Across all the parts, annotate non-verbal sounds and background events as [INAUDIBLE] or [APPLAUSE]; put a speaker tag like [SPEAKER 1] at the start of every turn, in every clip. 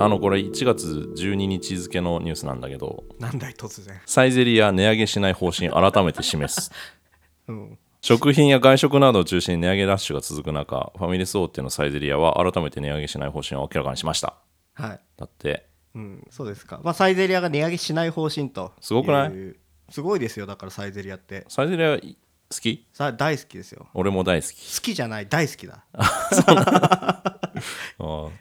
[SPEAKER 1] あのこれ1月12日付のニュースなんだけど
[SPEAKER 2] なんだい突然
[SPEAKER 1] サイゼリア値上げしない方針改めて示
[SPEAKER 2] [LAUGHS]
[SPEAKER 1] す
[SPEAKER 2] うん
[SPEAKER 1] 食品や外食などを中心に値上げラッシュが続く中ファミレス大手のサイゼリアは改めて値上げしない方針を明らかにしました
[SPEAKER 2] はい
[SPEAKER 1] だって
[SPEAKER 2] うんそうですかまあサイゼリアが値上げしない方針と
[SPEAKER 1] すごくない
[SPEAKER 2] いうすごいですよだからサイゼリアって
[SPEAKER 1] サイゼリアい好き
[SPEAKER 2] さ大好きですよ
[SPEAKER 1] 俺も大好き
[SPEAKER 2] 好きじゃない大好きだ
[SPEAKER 1] あー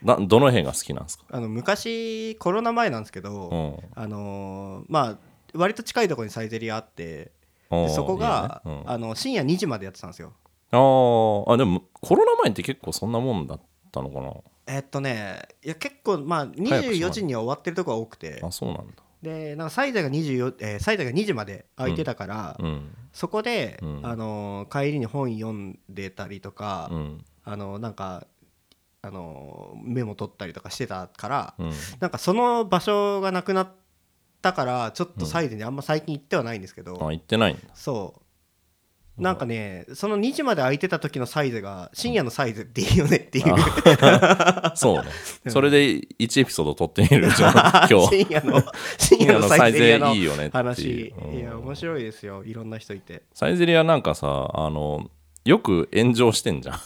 [SPEAKER 1] などの辺が好きなんですか
[SPEAKER 2] あの昔コロナ前なんですけど、
[SPEAKER 1] うん
[SPEAKER 2] あのーまあ割と近いところにサイゼリアあってでそこが
[SPEAKER 1] あ
[SPEAKER 2] あの深夜2時までやってたんですよ
[SPEAKER 1] あーあでもコロナ前って結構そんなもんだったのか
[SPEAKER 2] えっとねいや結構まあ
[SPEAKER 1] 閉まる
[SPEAKER 2] 24時には終わってるとこが多くて
[SPEAKER 1] なあそうなんだ
[SPEAKER 2] でなんかサイゼが24、えーサイゼが2時まで空いてたから、
[SPEAKER 1] うん
[SPEAKER 2] そこで、
[SPEAKER 1] うん
[SPEAKER 2] あのー帰りに本読んでたりとか、
[SPEAKER 1] うん
[SPEAKER 2] あのーなんかあのーメモ取ったりとかしてたから、
[SPEAKER 1] うん
[SPEAKER 2] なんかその場所がなくなったからちょっとサイゼにあんま最近行ってはないんですけど、
[SPEAKER 1] あ行ってないんだ
[SPEAKER 2] そうなんかねその2時まで空いてた時のサイズが深夜のサイズっていいよねっていう [LAUGHS]
[SPEAKER 1] そうね。それで1エピソード撮ってみる、じゃ
[SPEAKER 2] [LAUGHS]
[SPEAKER 1] あ今日。
[SPEAKER 2] 深夜の深
[SPEAKER 1] 今
[SPEAKER 2] 夜の
[SPEAKER 1] の
[SPEAKER 2] サ
[SPEAKER 1] サ
[SPEAKER 2] イ
[SPEAKER 1] イ
[SPEAKER 2] ズ
[SPEAKER 1] ゼ
[SPEAKER 2] リア
[SPEAKER 1] リア
[SPEAKER 2] の
[SPEAKER 1] いいよねってい
[SPEAKER 2] 話
[SPEAKER 1] う。うん
[SPEAKER 2] いや面白いですよいろんな人いて
[SPEAKER 1] サイゼリアなんかさ、あの、よく炎上してんじゃん。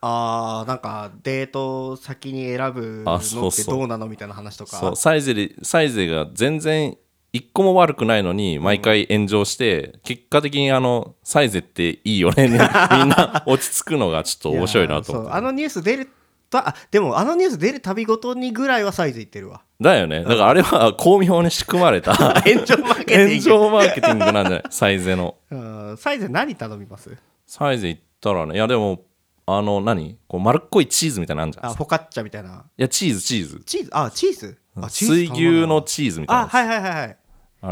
[SPEAKER 2] あーなんかデート先に選ぶの
[SPEAKER 1] あそ
[SPEAKER 2] っ
[SPEAKER 1] う
[SPEAKER 2] て
[SPEAKER 1] そう
[SPEAKER 2] どうなのみたいな話とか
[SPEAKER 1] そう、サイゼリ、サイゼが全然一個も悪くないのに、毎回炎上して、結果的にあの、サイゼっていいよね。みん
[SPEAKER 2] [LAUGHS]
[SPEAKER 1] な落ち着くのがちょっと面白いなと思っ
[SPEAKER 2] や
[SPEAKER 1] て
[SPEAKER 2] ーそうあのニュース出るとあでもあのニュース出るたびごとにぐらいはサイズいってるわ
[SPEAKER 1] だよね。だからあれは巧妙に仕組まれた
[SPEAKER 2] 炎上マーケ
[SPEAKER 1] [LAUGHS]
[SPEAKER 2] ティ
[SPEAKER 1] 炎
[SPEAKER 2] ング
[SPEAKER 1] 上マーケティングなんじゃないサイゼの。
[SPEAKER 2] うんサイズ何頼みます
[SPEAKER 1] サイズ行ったらねいやでもあの何こう丸っこいチーズみたいなのあるじゃん
[SPEAKER 2] あ
[SPEAKER 1] い
[SPEAKER 2] フォカッチャみたいな
[SPEAKER 1] やチーズチーズ
[SPEAKER 2] チーズあチーズあチーズ
[SPEAKER 1] 水
[SPEAKER 2] 頼む
[SPEAKER 1] 牛
[SPEAKER 2] な
[SPEAKER 1] のチーズみたいな
[SPEAKER 2] あ
[SPEAKER 1] やつあ,、
[SPEAKER 2] はいはいはいはい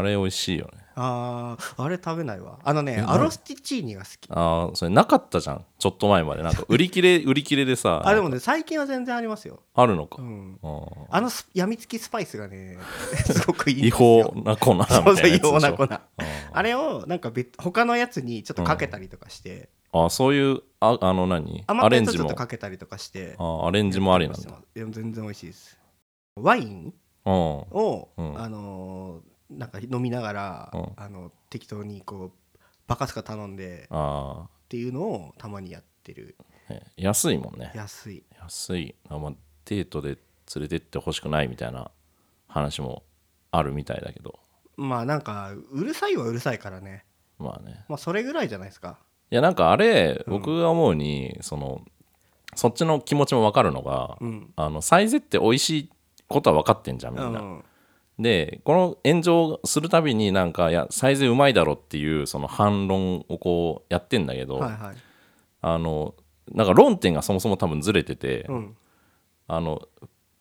[SPEAKER 1] れ美味しいよね
[SPEAKER 2] あーあれ食べないわあのね
[SPEAKER 1] 何
[SPEAKER 2] アロスティチーニが好き
[SPEAKER 1] あーそれなかったじゃんちょっと前まで
[SPEAKER 2] [LAUGHS]
[SPEAKER 1] なんか売り切れ売り切れでさ
[SPEAKER 2] あでもね最近は全然ありますよ、
[SPEAKER 1] あるの
[SPEAKER 2] う
[SPEAKER 1] か、
[SPEAKER 2] ん、
[SPEAKER 1] あー
[SPEAKER 2] あのスやみつきスパイスが
[SPEAKER 1] [LAUGHS]
[SPEAKER 2] ねすごくいいんです
[SPEAKER 1] 違
[SPEAKER 2] よ
[SPEAKER 1] 法な粉みたい
[SPEAKER 2] そうそ
[SPEAKER 1] な
[SPEAKER 2] う
[SPEAKER 1] やつ
[SPEAKER 2] 違
[SPEAKER 1] でしょ
[SPEAKER 2] 法な粉
[SPEAKER 1] あー
[SPEAKER 2] あれをなんか別他のやつにちょっとかけたりとかして、
[SPEAKER 1] あーそういうああの何
[SPEAKER 2] 甘
[SPEAKER 1] ア
[SPEAKER 2] った
[SPEAKER 1] レ
[SPEAKER 2] や
[SPEAKER 1] ン
[SPEAKER 2] つを
[SPEAKER 1] ジ
[SPEAKER 2] ちょっ
[SPEAKER 1] も
[SPEAKER 2] とかけたりとかして
[SPEAKER 1] あーアレンジもありなんだ
[SPEAKER 2] いや全然美味しいですワイン
[SPEAKER 1] うん
[SPEAKER 2] を、
[SPEAKER 1] うん
[SPEAKER 2] あのーなんか飲みながら、
[SPEAKER 1] うん
[SPEAKER 2] あの適当にこうバカスカ頼んでっ
[SPEAKER 1] あ
[SPEAKER 2] ていうのをたまにやってる
[SPEAKER 1] ー、ね安いもんね
[SPEAKER 2] 安い
[SPEAKER 1] 安いあ、まあ、デートで連れてってほしくないみたいな話もあるみたいだけど
[SPEAKER 2] まあなんかうるさいはうるさいからね
[SPEAKER 1] まあね
[SPEAKER 2] まあそれぐらいじゃないですか
[SPEAKER 1] いやなんかあれ
[SPEAKER 2] うん
[SPEAKER 1] 僕が思うに、そのそっちの気持ちも分かるのが、
[SPEAKER 2] うん
[SPEAKER 1] あのサイゼって美味しいことは分かってんじゃんみ
[SPEAKER 2] うん
[SPEAKER 1] な、
[SPEAKER 2] ん
[SPEAKER 1] でこの炎上するたびになんかいやサイゼうまいだろっていうその反論をこうやってんだけど、
[SPEAKER 2] はいはい [LAUGHS]
[SPEAKER 1] あのなんか論点がそもそも多分ずれてて、
[SPEAKER 2] うん
[SPEAKER 1] あの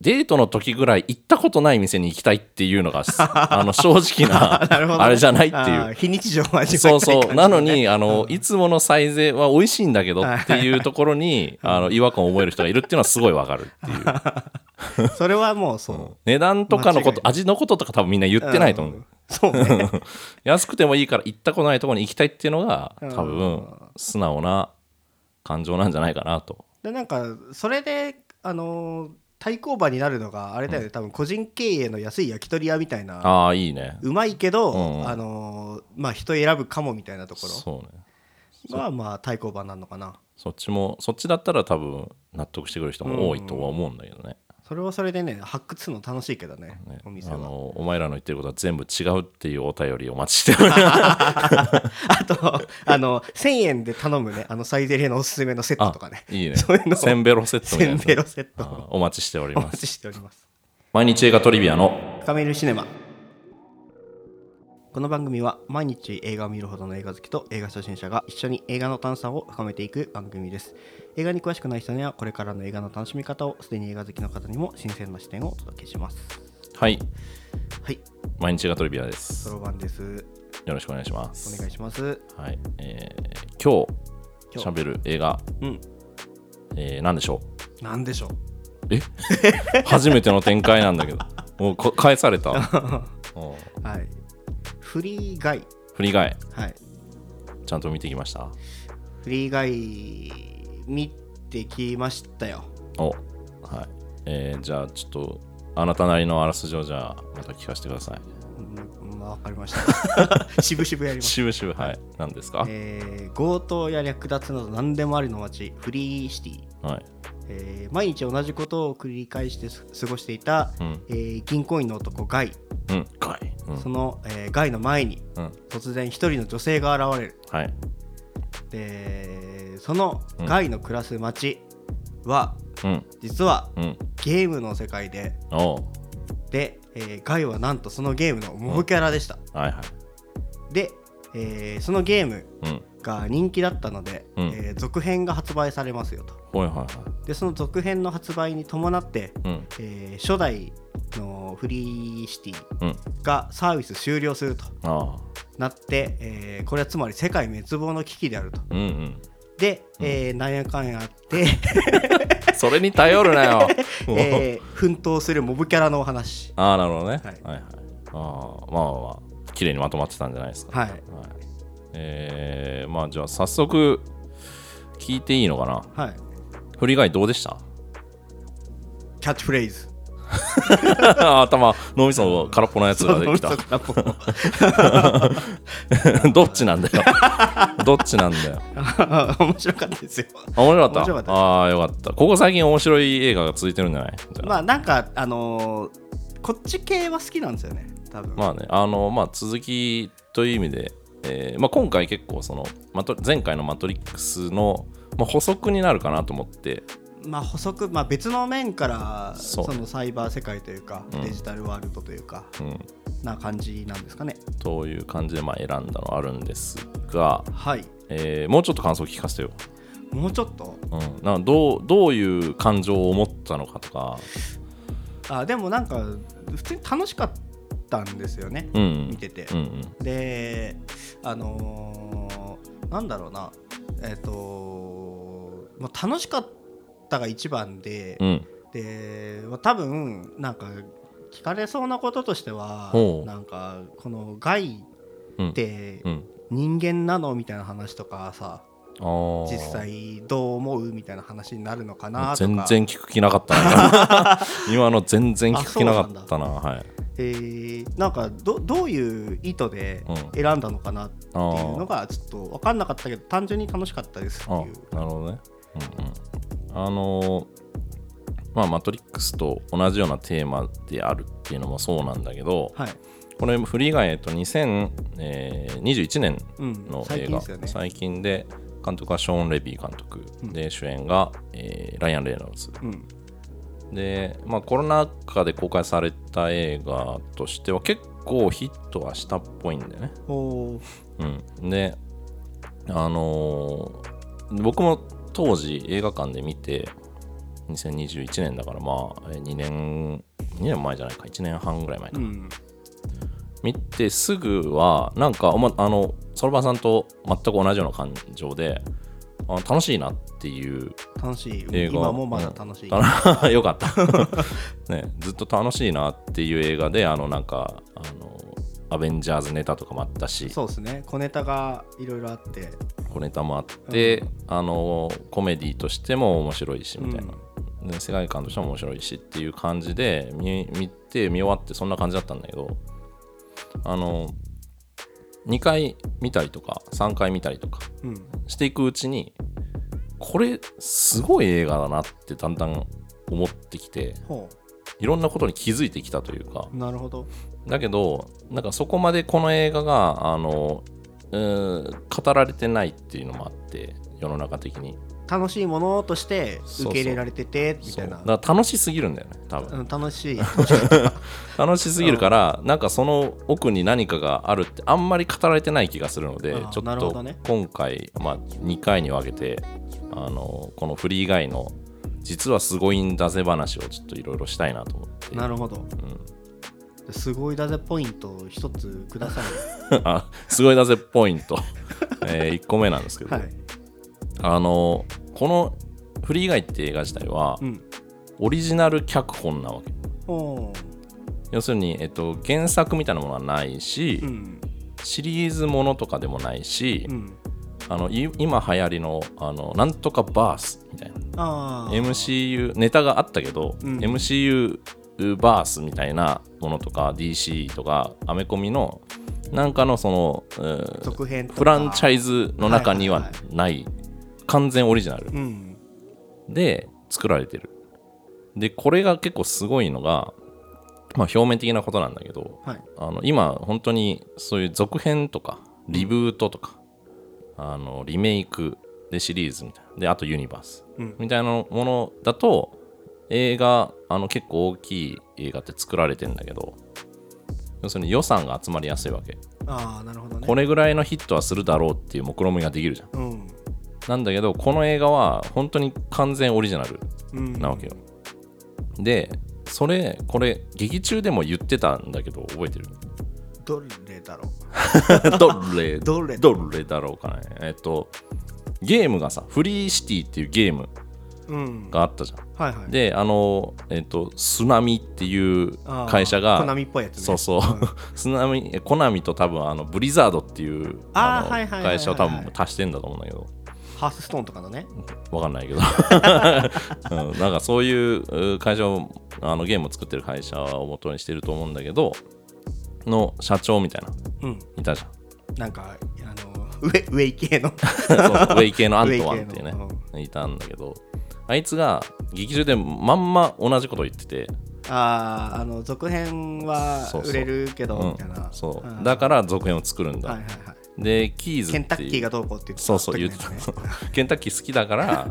[SPEAKER 1] デートの時ぐらい行ったことない店に行きたいっていうのが [LAUGHS] あの正直な
[SPEAKER 2] [LAUGHS] なるほどね
[SPEAKER 1] あれじゃないって
[SPEAKER 2] あ
[SPEAKER 1] い
[SPEAKER 2] ー
[SPEAKER 1] う。
[SPEAKER 2] 非日常を味
[SPEAKER 1] そ
[SPEAKER 2] わいうたい感じ [LAUGHS]
[SPEAKER 1] そうなのにあのいつものサイゼは美味しいんだけどっていうところにあの違和感を覚える人がいるっていうのはすごいわかるっていう
[SPEAKER 2] それはもうそう
[SPEAKER 1] 値段とかのこと
[SPEAKER 2] 間
[SPEAKER 1] 味のこととか多分みんな言ってないと思う、
[SPEAKER 2] んそうね
[SPEAKER 1] 安くてもいいから行ったことないところに行きたいっていうのが
[SPEAKER 2] うん
[SPEAKER 1] 多分素直な感情なんじゃないかなと
[SPEAKER 2] でなんかそれであのー対抗馬になるのがあれだよね多分個人経営の安い焼き鳥屋みたいな
[SPEAKER 1] ああいいね
[SPEAKER 2] うまいけど
[SPEAKER 1] うん
[SPEAKER 2] あのーまあ人選ぶかもみたいなとこ
[SPEAKER 1] そうね
[SPEAKER 2] ろはまあ対抗馬になるのかな
[SPEAKER 1] そっちもそっちだったら多分納得してくる人も多いとは思うんだけどね,、
[SPEAKER 2] それはそれでね発掘するの楽しいけどね
[SPEAKER 1] ね
[SPEAKER 2] お店
[SPEAKER 1] あ
[SPEAKER 2] は
[SPEAKER 1] のお前らの言ってることは全部違うっていうお便りお待ちしており
[SPEAKER 2] [LAUGHS]
[SPEAKER 1] ます
[SPEAKER 2] あと、あの、1000円で頼むね、あの、サイゼリヤのおすすめのセットとかね。
[SPEAKER 1] いいね
[SPEAKER 2] そういうのを
[SPEAKER 1] せんべろセットみた
[SPEAKER 2] せ
[SPEAKER 1] い
[SPEAKER 2] ん
[SPEAKER 1] な
[SPEAKER 2] べろセッ
[SPEAKER 1] [LAUGHS]
[SPEAKER 2] ト。
[SPEAKER 1] あお待ちしており
[SPEAKER 2] お
[SPEAKER 1] ま
[SPEAKER 2] 待
[SPEAKER 1] す
[SPEAKER 2] ちしております。
[SPEAKER 1] 毎日映画トリビアの
[SPEAKER 2] カメルシネマ。この番組は毎日映画を見るほどの映画好きと映画初心者が一緒に映画の探査を深めていく番組です。映画に詳しくない人にはこれからの映画の楽しみ方をすでに映画好きの方にも新鮮な視点をお届けします。
[SPEAKER 1] はい
[SPEAKER 2] はい、
[SPEAKER 1] 毎日映画トリビアです
[SPEAKER 2] そろ
[SPEAKER 1] よ
[SPEAKER 2] ばんです。
[SPEAKER 1] ろしくお願いします
[SPEAKER 2] お願いします。
[SPEAKER 1] はいえー今日
[SPEAKER 2] 今
[SPEAKER 1] し
[SPEAKER 2] 日
[SPEAKER 1] ゃべる映画、
[SPEAKER 2] うん、
[SPEAKER 1] えー、何でしょ
[SPEAKER 2] なんでしょう。
[SPEAKER 1] うえ [LAUGHS] 初めての展開なんだけどもうこ返され
[SPEAKER 2] [LAUGHS]
[SPEAKER 1] たおう
[SPEAKER 2] はい。フリーガイ。
[SPEAKER 1] 振り返
[SPEAKER 2] はい。
[SPEAKER 1] ちゃんと見てきました
[SPEAKER 2] フリーガイ見てきましたよ
[SPEAKER 1] おはいえーじゃあちょっとあなたなりのあらすじをじゃあまた聞かせてください
[SPEAKER 2] うんまあ、わかりま [LAUGHS] した。渋々やります。
[SPEAKER 1] しぶしぶはい何ですか、
[SPEAKER 2] えー強盗や略奪など何でもありの街、フリーシティ。
[SPEAKER 1] はい
[SPEAKER 2] えー毎日同じことを繰り返してす過ごしていた、
[SPEAKER 1] うん
[SPEAKER 2] えー銀行員の男ガイ、
[SPEAKER 1] うんかいうん
[SPEAKER 2] その、えーガイの前に
[SPEAKER 1] うん
[SPEAKER 2] 突然一人の女性が現れる
[SPEAKER 1] はい
[SPEAKER 2] でそのガイの暮らす街は、
[SPEAKER 1] うん
[SPEAKER 2] 実は
[SPEAKER 1] うん
[SPEAKER 2] ゲームの世界で
[SPEAKER 1] おう
[SPEAKER 2] で、えーガイはなんとそのゲームのモブキャラでした、
[SPEAKER 1] はいはい
[SPEAKER 2] で、えーそのゲーム
[SPEAKER 1] うん
[SPEAKER 2] が人気だったので、
[SPEAKER 1] うん
[SPEAKER 2] えー続編が発売されますよと
[SPEAKER 1] はいはいはい
[SPEAKER 2] でその続編の発売に伴って、
[SPEAKER 1] うん
[SPEAKER 2] えー初代のフリーシティ
[SPEAKER 1] うん
[SPEAKER 2] がサービス終了すると
[SPEAKER 1] ああ
[SPEAKER 2] なって、えーこれはつまり世界滅亡の危機であると
[SPEAKER 1] うんうん [LAUGHS]
[SPEAKER 2] で、えーなんやかんやあって、
[SPEAKER 1] それに頼るなよもう
[SPEAKER 2] えー奮闘するモブキャラのお話
[SPEAKER 1] ああなるほどね、は
[SPEAKER 2] は
[SPEAKER 1] いい、はいああまあまあまあ綺麗にまとまってたんじゃないですか
[SPEAKER 2] はい
[SPEAKER 1] はい、えー、まあじゃあ早速聞いていいのかな
[SPEAKER 2] はい
[SPEAKER 1] 振り返りどうでした [LAUGHS]
[SPEAKER 2] キャッチフレーズ
[SPEAKER 1] 頭脳みそ空っぽのやつがで
[SPEAKER 2] [LAUGHS]
[SPEAKER 1] き
[SPEAKER 2] そうそうそう
[SPEAKER 1] たどっちなんだよどっちなんだよ
[SPEAKER 2] 面白かったですよ
[SPEAKER 1] あ面白かった
[SPEAKER 2] 面白かった
[SPEAKER 1] ああよかったここ最近面白い映画が続いてるんじゃないじゃあ
[SPEAKER 2] まあなんかあのーこっち系は好きなんですよね多分
[SPEAKER 1] まあね、あの、まあ、続きという意味で、えーまあ、今回結構その、マト前回の「マトリックスの」まあ、補足になるかなと思って、
[SPEAKER 2] まあ補足、まあ、別の面から
[SPEAKER 1] そ
[SPEAKER 2] そうのサイバー世界というか、
[SPEAKER 1] うん
[SPEAKER 2] デジタルワールドというか
[SPEAKER 1] うん、
[SPEAKER 2] な感じなんですかね
[SPEAKER 1] という感じでまあ選んだのはあるんですが、
[SPEAKER 2] はい
[SPEAKER 1] えーもうちょっと感想聞かせてよ。
[SPEAKER 2] もうちょっと
[SPEAKER 1] うん、なんかどうどういう感情を持ったのかとか、
[SPEAKER 2] あでもなんか普通に楽しかったんですよね、
[SPEAKER 1] うん
[SPEAKER 2] 見てて、
[SPEAKER 1] うんうん
[SPEAKER 2] であのーなんだろうなえっ、ともう楽しかったが一番で、
[SPEAKER 1] うん
[SPEAKER 2] でまあ多分なんか聞かれそうなこととしては
[SPEAKER 1] ほう
[SPEAKER 2] なんかこの害
[SPEAKER 1] うん
[SPEAKER 2] って
[SPEAKER 1] うん
[SPEAKER 2] 人間なのみたいな話とかさ
[SPEAKER 1] あー
[SPEAKER 2] 実際どう思うみたいな話になるのかなと
[SPEAKER 1] 全
[SPEAKER 2] か、
[SPEAKER 1] 然聞く気なかったな今の全然聞く気なかったなはい
[SPEAKER 2] えーなんかどどういう意図で
[SPEAKER 1] うん
[SPEAKER 2] 選んだのかなっていう
[SPEAKER 1] あー
[SPEAKER 2] のがちょっと分かんなかったけど単純に楽しかったですって
[SPEAKER 1] あ
[SPEAKER 2] いう。
[SPEAKER 1] なるほどね。うんうん、あのーまあ、マトリックスと同じようなテーマであるっていうのもそうなんだけど、
[SPEAKER 2] はい
[SPEAKER 1] これ、フリーガン、えっと、2021年
[SPEAKER 2] うん
[SPEAKER 1] の
[SPEAKER 2] 最
[SPEAKER 1] 映
[SPEAKER 2] 近
[SPEAKER 1] 画、
[SPEAKER 2] ですよね。
[SPEAKER 1] 最近で、監督はショーン・レビー監督
[SPEAKER 2] うん
[SPEAKER 1] で、主演が、えーライアン・レイノルズ。
[SPEAKER 2] うん
[SPEAKER 1] で、まあ、コロナ禍で公開された映画としては、結構ヒットはしたっぽいんだよね。
[SPEAKER 2] おー
[SPEAKER 1] うん、であのー僕も当時映画館で見て2021年だからまあえー2年2年前じゃないか1年半ぐらい前か、
[SPEAKER 2] うん
[SPEAKER 1] 見てすぐはなんかおまあのそろばんさんと全く同じような感情であ楽しいなっていう
[SPEAKER 2] 楽しい
[SPEAKER 1] 映画
[SPEAKER 2] 今もまだ楽しい。
[SPEAKER 1] た [LAUGHS] よかったねずっと楽しいなっていう映画であのなんかあのアベンジャーズネタとかもあったし
[SPEAKER 2] そうですね小ネタがいろいろあって
[SPEAKER 1] 小ネタもあって、
[SPEAKER 2] う
[SPEAKER 1] あのコメディとしても面白いしみたいな、
[SPEAKER 2] う
[SPEAKER 1] で世界観としても面白いしっていう感じで見見て見終わってそんな感じだったんだけどあの2回見たりとか3回見たりとか
[SPEAKER 2] んうん
[SPEAKER 1] していくうちにこれすごい映画だなってだんだん思ってきて
[SPEAKER 2] ほ
[SPEAKER 1] いろんなことに気づいてきたというか
[SPEAKER 2] うなるほど
[SPEAKER 1] だけどなんかそこまでこの映画があのうーん語られてないっていうのもあって世の中的に
[SPEAKER 2] 楽しいものとして受け入れられててみ
[SPEAKER 1] そ
[SPEAKER 2] た
[SPEAKER 1] う
[SPEAKER 2] い
[SPEAKER 1] だ
[SPEAKER 2] な
[SPEAKER 1] から楽しすぎるんだよね多分
[SPEAKER 2] うん楽しい
[SPEAKER 1] 楽しすぎるからなんかその奥に何かがあるってあんまり語られてない気がするので
[SPEAKER 2] あー
[SPEAKER 1] ちょっ
[SPEAKER 2] なるほど
[SPEAKER 1] と
[SPEAKER 2] ね
[SPEAKER 1] 今回、まあ、2回に分けてあのこのフリー以外の実はすごいんだぜ話をちょっといろいろしたいなと思って
[SPEAKER 2] なるほど
[SPEAKER 1] うん
[SPEAKER 2] すごいだぜポイント一つください
[SPEAKER 1] [LAUGHS] あすごいだぜポイント、え1個目なんですけど、
[SPEAKER 2] はい
[SPEAKER 1] あのこの「フリー以外」って映画自体は
[SPEAKER 2] うん
[SPEAKER 1] オリジナル脚本なわけ
[SPEAKER 2] ほ
[SPEAKER 1] 要するに、えっと、原作みたいなものはないし、
[SPEAKER 2] ううん
[SPEAKER 1] シリーズものとかでもないし、
[SPEAKER 2] うん
[SPEAKER 1] あのい今流行りのあのなんとかバースみたいな
[SPEAKER 2] ああ
[SPEAKER 1] MCU ネタがあったけど、
[SPEAKER 2] うん
[SPEAKER 1] MCU バースみたいなものとか DC とかアメコミのなんかのその、うん
[SPEAKER 2] 続編とか
[SPEAKER 1] フランチャイズの中に
[SPEAKER 2] はい
[SPEAKER 1] は
[SPEAKER 2] はい
[SPEAKER 1] ない完全オリジナル
[SPEAKER 2] うん
[SPEAKER 1] で作られてるでこれが結構すごいのが、まあ、表面的なことなんだけど
[SPEAKER 2] はい
[SPEAKER 1] あの今本当にそういう続編とかリブートとかあのリメイクでシリーズみたいなであとユニバース
[SPEAKER 2] うん
[SPEAKER 1] みたいなものだと映画あの結構大きい映画って作られてんだけど要するに予算が集まりやすいわけ
[SPEAKER 2] ああなるほどね
[SPEAKER 1] これぐらいのヒットはするだろうっていう目論見ができるじゃん
[SPEAKER 2] うん
[SPEAKER 1] なんだけどこの映画は本当に完全オリジナル
[SPEAKER 2] うん
[SPEAKER 1] なわけよでそれこれ劇中でも言ってたんだけど覚え
[SPEAKER 2] [LAUGHS]
[SPEAKER 1] てる
[SPEAKER 2] どれだろ
[SPEAKER 1] どれ
[SPEAKER 2] うどれ
[SPEAKER 1] どれだろうかねえっとゲームがさフリーシティっていうゲーム
[SPEAKER 2] うん
[SPEAKER 1] があったじゃん
[SPEAKER 2] はいはい
[SPEAKER 1] であのえっとスナミっていう
[SPEAKER 2] あー
[SPEAKER 1] 会社が
[SPEAKER 2] コナミっぽいやつね
[SPEAKER 1] そうそう、 [LAUGHS] スナミえコナミと多分あのブリザードっていう
[SPEAKER 2] あー
[SPEAKER 1] の
[SPEAKER 2] はいはいはいはいはい
[SPEAKER 1] 会社を多分足してんだと思うんだけど
[SPEAKER 2] ハースストーンとかのね
[SPEAKER 1] わかんないけど、 [LAUGHS] うん、なんかそういうう会社をあのゲームを作ってる会社を元にしてると思うんだけどの社長みたいな
[SPEAKER 2] うん
[SPEAKER 1] いたじゃん
[SPEAKER 2] なんかあの上 [LAUGHS] 上系
[SPEAKER 1] [LAUGHS]
[SPEAKER 2] の
[SPEAKER 1] そうそうウェイ系のアントワンっていう
[SPEAKER 2] [LAUGHS] ウェイ系
[SPEAKER 1] ね
[SPEAKER 2] の
[SPEAKER 1] いたんだけどあいつが劇中でまんま同じこと言ってて
[SPEAKER 2] あああの続編は
[SPEAKER 1] そうそう
[SPEAKER 2] 売れるけど
[SPEAKER 1] うん
[SPEAKER 2] みたいな
[SPEAKER 1] そう、
[SPEAKER 2] ん
[SPEAKER 1] だから続編を作るんだ、
[SPEAKER 2] はいはいはい
[SPEAKER 1] でキーズ
[SPEAKER 2] ケ
[SPEAKER 1] っ
[SPEAKER 2] ンタ
[SPEAKER 1] て
[SPEAKER 2] ッ
[SPEAKER 1] い
[SPEAKER 2] キー
[SPEAKER 1] う
[SPEAKER 2] がどうこうって言ってた
[SPEAKER 1] そうそう言ってた
[SPEAKER 2] 時のやつね
[SPEAKER 1] [LAUGHS] ケンタッキー好きだから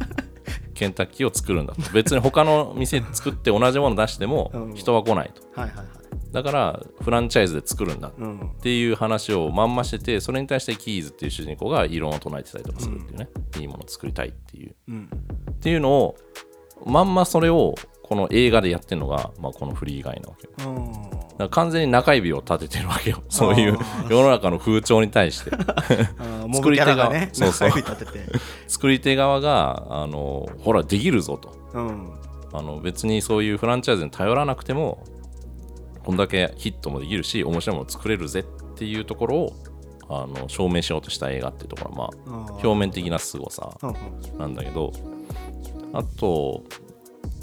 [SPEAKER 1] ケンタッキーを作るんだと別に他の店作って同じもの出しても人は来ないと
[SPEAKER 2] はいはいはい
[SPEAKER 1] だからフランチャイズで作るんだっ
[SPEAKER 2] うん
[SPEAKER 1] ていう話をまんましててそれに対してキーズっていう主人公が異論を唱えてたりとかするっていうね、いいものを作りたいっていう
[SPEAKER 2] うん
[SPEAKER 1] っていうのをまんまそれをこの映画でやってるのが、まあ、このフリー以外なわけよ
[SPEAKER 2] うん
[SPEAKER 1] だから完全に中指を立ててるわけよそういう
[SPEAKER 2] あ
[SPEAKER 1] 世の中の風潮に対して
[SPEAKER 2] あーモブキャラがね
[SPEAKER 1] 作り手がそうそう
[SPEAKER 2] 中指立てて
[SPEAKER 1] 作り手側があのほらできるぞと
[SPEAKER 2] うん
[SPEAKER 1] あの別にそういうフランチャイズに頼らなくてもこんだけヒットもできるし面白いもの作れるぜっていうところをあの証明しようとした映画っていうところは、まあ、表
[SPEAKER 2] 表
[SPEAKER 1] 面的な凄さ
[SPEAKER 2] うん
[SPEAKER 1] なんだけどあと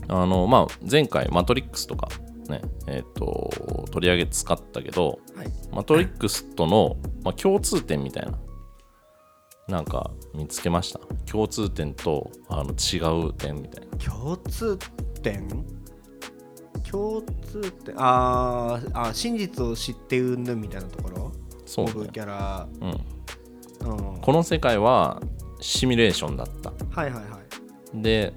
[SPEAKER 1] あの、まあ、前回「マトリックス」とか、ねえー、と取り上げ使ったけど
[SPEAKER 2] はい
[SPEAKER 1] 「マトリックス」との、まあ、共通点みたいななんか見つけました共通点とあの違う点みたいな。
[SPEAKER 2] 共通点共通点あーあ真実を知ってうんぬんみたいなところ
[SPEAKER 1] そう
[SPEAKER 2] モブ
[SPEAKER 1] ね
[SPEAKER 2] キャラ、
[SPEAKER 1] うん
[SPEAKER 2] うん、は
[SPEAKER 1] この世界はシミュレーションだった
[SPEAKER 2] いはいはい
[SPEAKER 1] で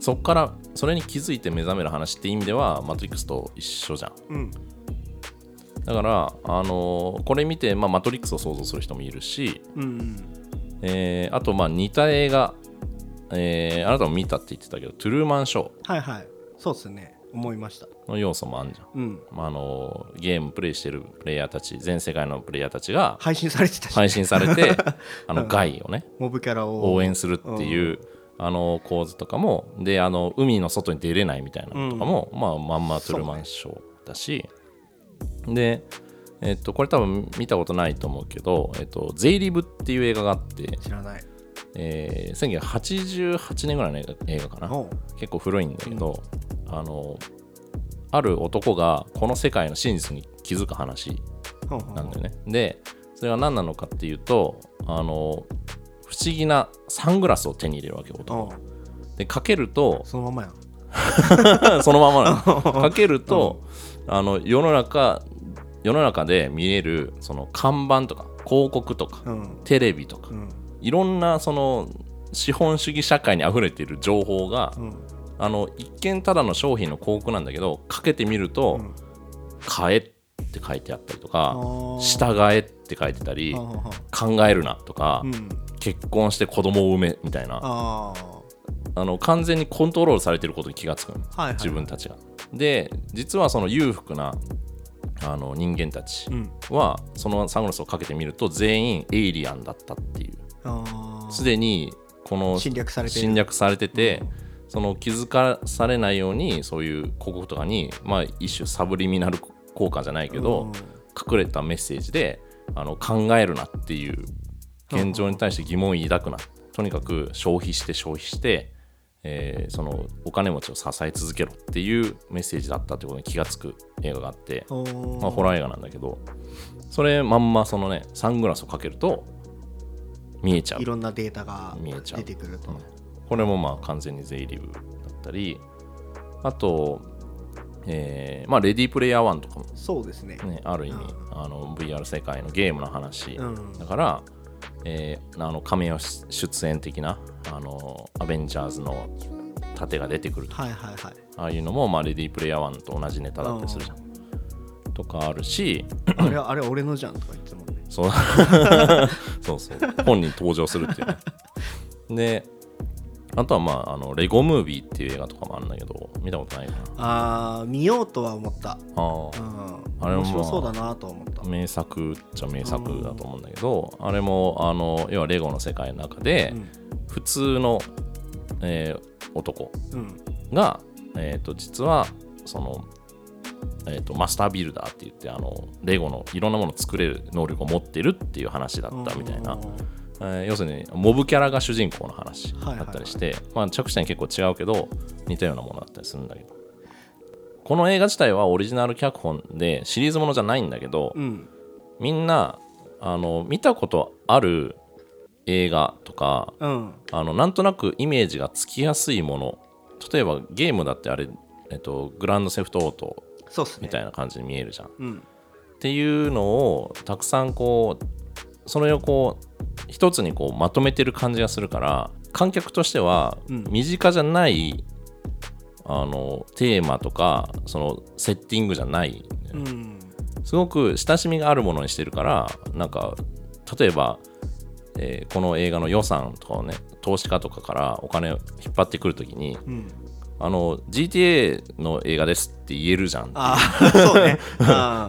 [SPEAKER 1] そこからそれに気づいて目覚める話って意味ではマトリックスと一緒じゃん
[SPEAKER 2] うん
[SPEAKER 1] だから、あのーこれ見て、まあ、マトリックスを想像する人もいるし、
[SPEAKER 2] うん
[SPEAKER 1] えーあとまあ似た映画、えーあなたも見たって言ってたけどトゥルーマンショー
[SPEAKER 2] はいはいそうっすね思いました
[SPEAKER 1] の要素もあるじゃん、
[SPEAKER 2] うん
[SPEAKER 1] まああのーゲームプレイしてるプレイヤーたち全世界のプレイヤーたちが
[SPEAKER 2] 配信されてたし、
[SPEAKER 1] 配信されてあの害をね、
[SPEAKER 2] モブキャラを
[SPEAKER 1] 応援するっていう、あの構図とかもであの海の外に出れないみたいなのとかも、まあ、まんまトゥルマンショーだし、で、えっと、これ多分見たことないと思うけど「えっと、ゼイリブ」っていう映画があって、
[SPEAKER 2] 知らない
[SPEAKER 1] えー1988年ぐらいの映画映画かな
[SPEAKER 2] おう
[SPEAKER 1] 結構古いんだけど、あのある男がこの世界の真実に気づく話
[SPEAKER 2] ほうほう
[SPEAKER 1] なんだよね。で、それが何なのかっていうと、あの、不思議なサングラスを手に入れるわけよ。男
[SPEAKER 2] おう
[SPEAKER 1] で、かける
[SPEAKER 2] [LAUGHS]
[SPEAKER 1] と、
[SPEAKER 2] そのままやん
[SPEAKER 1] そのままなの。かけると、あの、世の中、世の中で見える、その看板とか、広告とか、
[SPEAKER 2] うん
[SPEAKER 1] テレビとか
[SPEAKER 2] う、ん
[SPEAKER 1] いろんな、その、資本主義社会に溢れている情報が、
[SPEAKER 2] うん
[SPEAKER 1] あの、一見ただの商品の広告なんだけど、かけてみる
[SPEAKER 2] う
[SPEAKER 1] と、
[SPEAKER 2] ん
[SPEAKER 1] 買えって書いてあったりとか、
[SPEAKER 2] ー
[SPEAKER 1] 従えって書いてたり
[SPEAKER 2] ほう、ほうほ
[SPEAKER 1] 考えるなとか、
[SPEAKER 2] ううん
[SPEAKER 1] 結婚して子供を産めみたいなあ
[SPEAKER 2] ああ
[SPEAKER 1] の完全にコントロールされてることに気がつくの、
[SPEAKER 2] はいはい
[SPEAKER 1] 自分たちが。で実はその裕福なあの人間たち
[SPEAKER 2] うん
[SPEAKER 1] は、そのサングラスをかけてみると全員エイリアンだったっていう
[SPEAKER 2] ああ
[SPEAKER 1] すでにこの
[SPEAKER 2] 侵略されてる
[SPEAKER 1] 侵略されてて、その気づかされないようにそういう広告とかに、まあ、一種サブリミナル効果じゃないけど、
[SPEAKER 2] うん
[SPEAKER 1] 隠れたメッセージであの考えるなっていう現状に対して疑問を抱くなとにかく消費して消費して、えーそのお金持ちを支え続けろっていうメッセージだったということに気がつく映画があって、
[SPEAKER 2] おー
[SPEAKER 1] まあ、ホラー映画なんだけどそれまんまそのねサングラスをかけると見えちゃう
[SPEAKER 2] いろんなデータが
[SPEAKER 1] 見えちゃう
[SPEAKER 2] 出てくると。
[SPEAKER 1] これもまあ完全にゼイリブだったりあと、えーまあ、レディープレイヤー1とかも
[SPEAKER 2] そうですね。
[SPEAKER 1] ね、ある意味、
[SPEAKER 2] う
[SPEAKER 1] あの VR 世界のゲームの話、
[SPEAKER 2] うん
[SPEAKER 1] だから、えーあの亀尾出演的なあのアベンジャーズの盾が出てくるとか
[SPEAKER 2] はいはいはい。
[SPEAKER 1] ああいうのも、まあ、レディープレイヤー1と同じネタだったりするじゃん、とかあるし
[SPEAKER 2] あれはあれは俺のじゃんとか言ってたもんね。
[SPEAKER 1] [LAUGHS] そうそうそう本人登場するっていうねであとはまああのレゴムービーっていう映画とかもあるんだけど見たことないかな
[SPEAKER 2] あー見ようとは思った。
[SPEAKER 1] あー
[SPEAKER 2] うん。
[SPEAKER 1] あれも
[SPEAKER 2] 面白そうだなとは思った。
[SPEAKER 1] 名作っちゃ名作だと思うんだけど、あれもあの要はレゴの世界の中で、
[SPEAKER 2] うん
[SPEAKER 1] 普通の、えー男
[SPEAKER 2] うん。
[SPEAKER 1] が、えー、と実はその、えー、とマスタービルダーって言ってあのレゴのいろんなものを作れる能力を持ってるっていう話だったみたいな、えー要するにモブキャラが主人公の話
[SPEAKER 2] はいはい
[SPEAKER 1] だったりして、まあ、着地点結構違うけど似たようなものだったりするんだけどこの映画自体はオリジナル脚本でシリーズものじゃないんだけど、
[SPEAKER 2] うん。
[SPEAKER 1] みんなあの見たことある映画とか
[SPEAKER 2] うん。
[SPEAKER 1] あのなんとなくイメージがつきやすいもの例えばゲームだってあれ、えっと、グランドセフトオート
[SPEAKER 2] そうっす
[SPEAKER 1] み
[SPEAKER 2] ね。
[SPEAKER 1] たいな感じに見えるじゃん、っ
[SPEAKER 2] うん。
[SPEAKER 1] ていうのをたくさんこうそれをこう一つにこうまとめてる感じがするから観客としては
[SPEAKER 2] うん
[SPEAKER 1] 身近じゃない、あのテーマとかそのセッティングじゃない、
[SPEAKER 2] うん。
[SPEAKER 1] すごく親しみがあるものにしてるからなんか例えば、えーこの映画の予算とかをね投資家とかからお金を引っ張ってくるときに
[SPEAKER 2] うん。
[SPEAKER 1] あの GTA の映画ですって言えるじゃん
[SPEAKER 2] ああ、 [LAUGHS] そうね。あ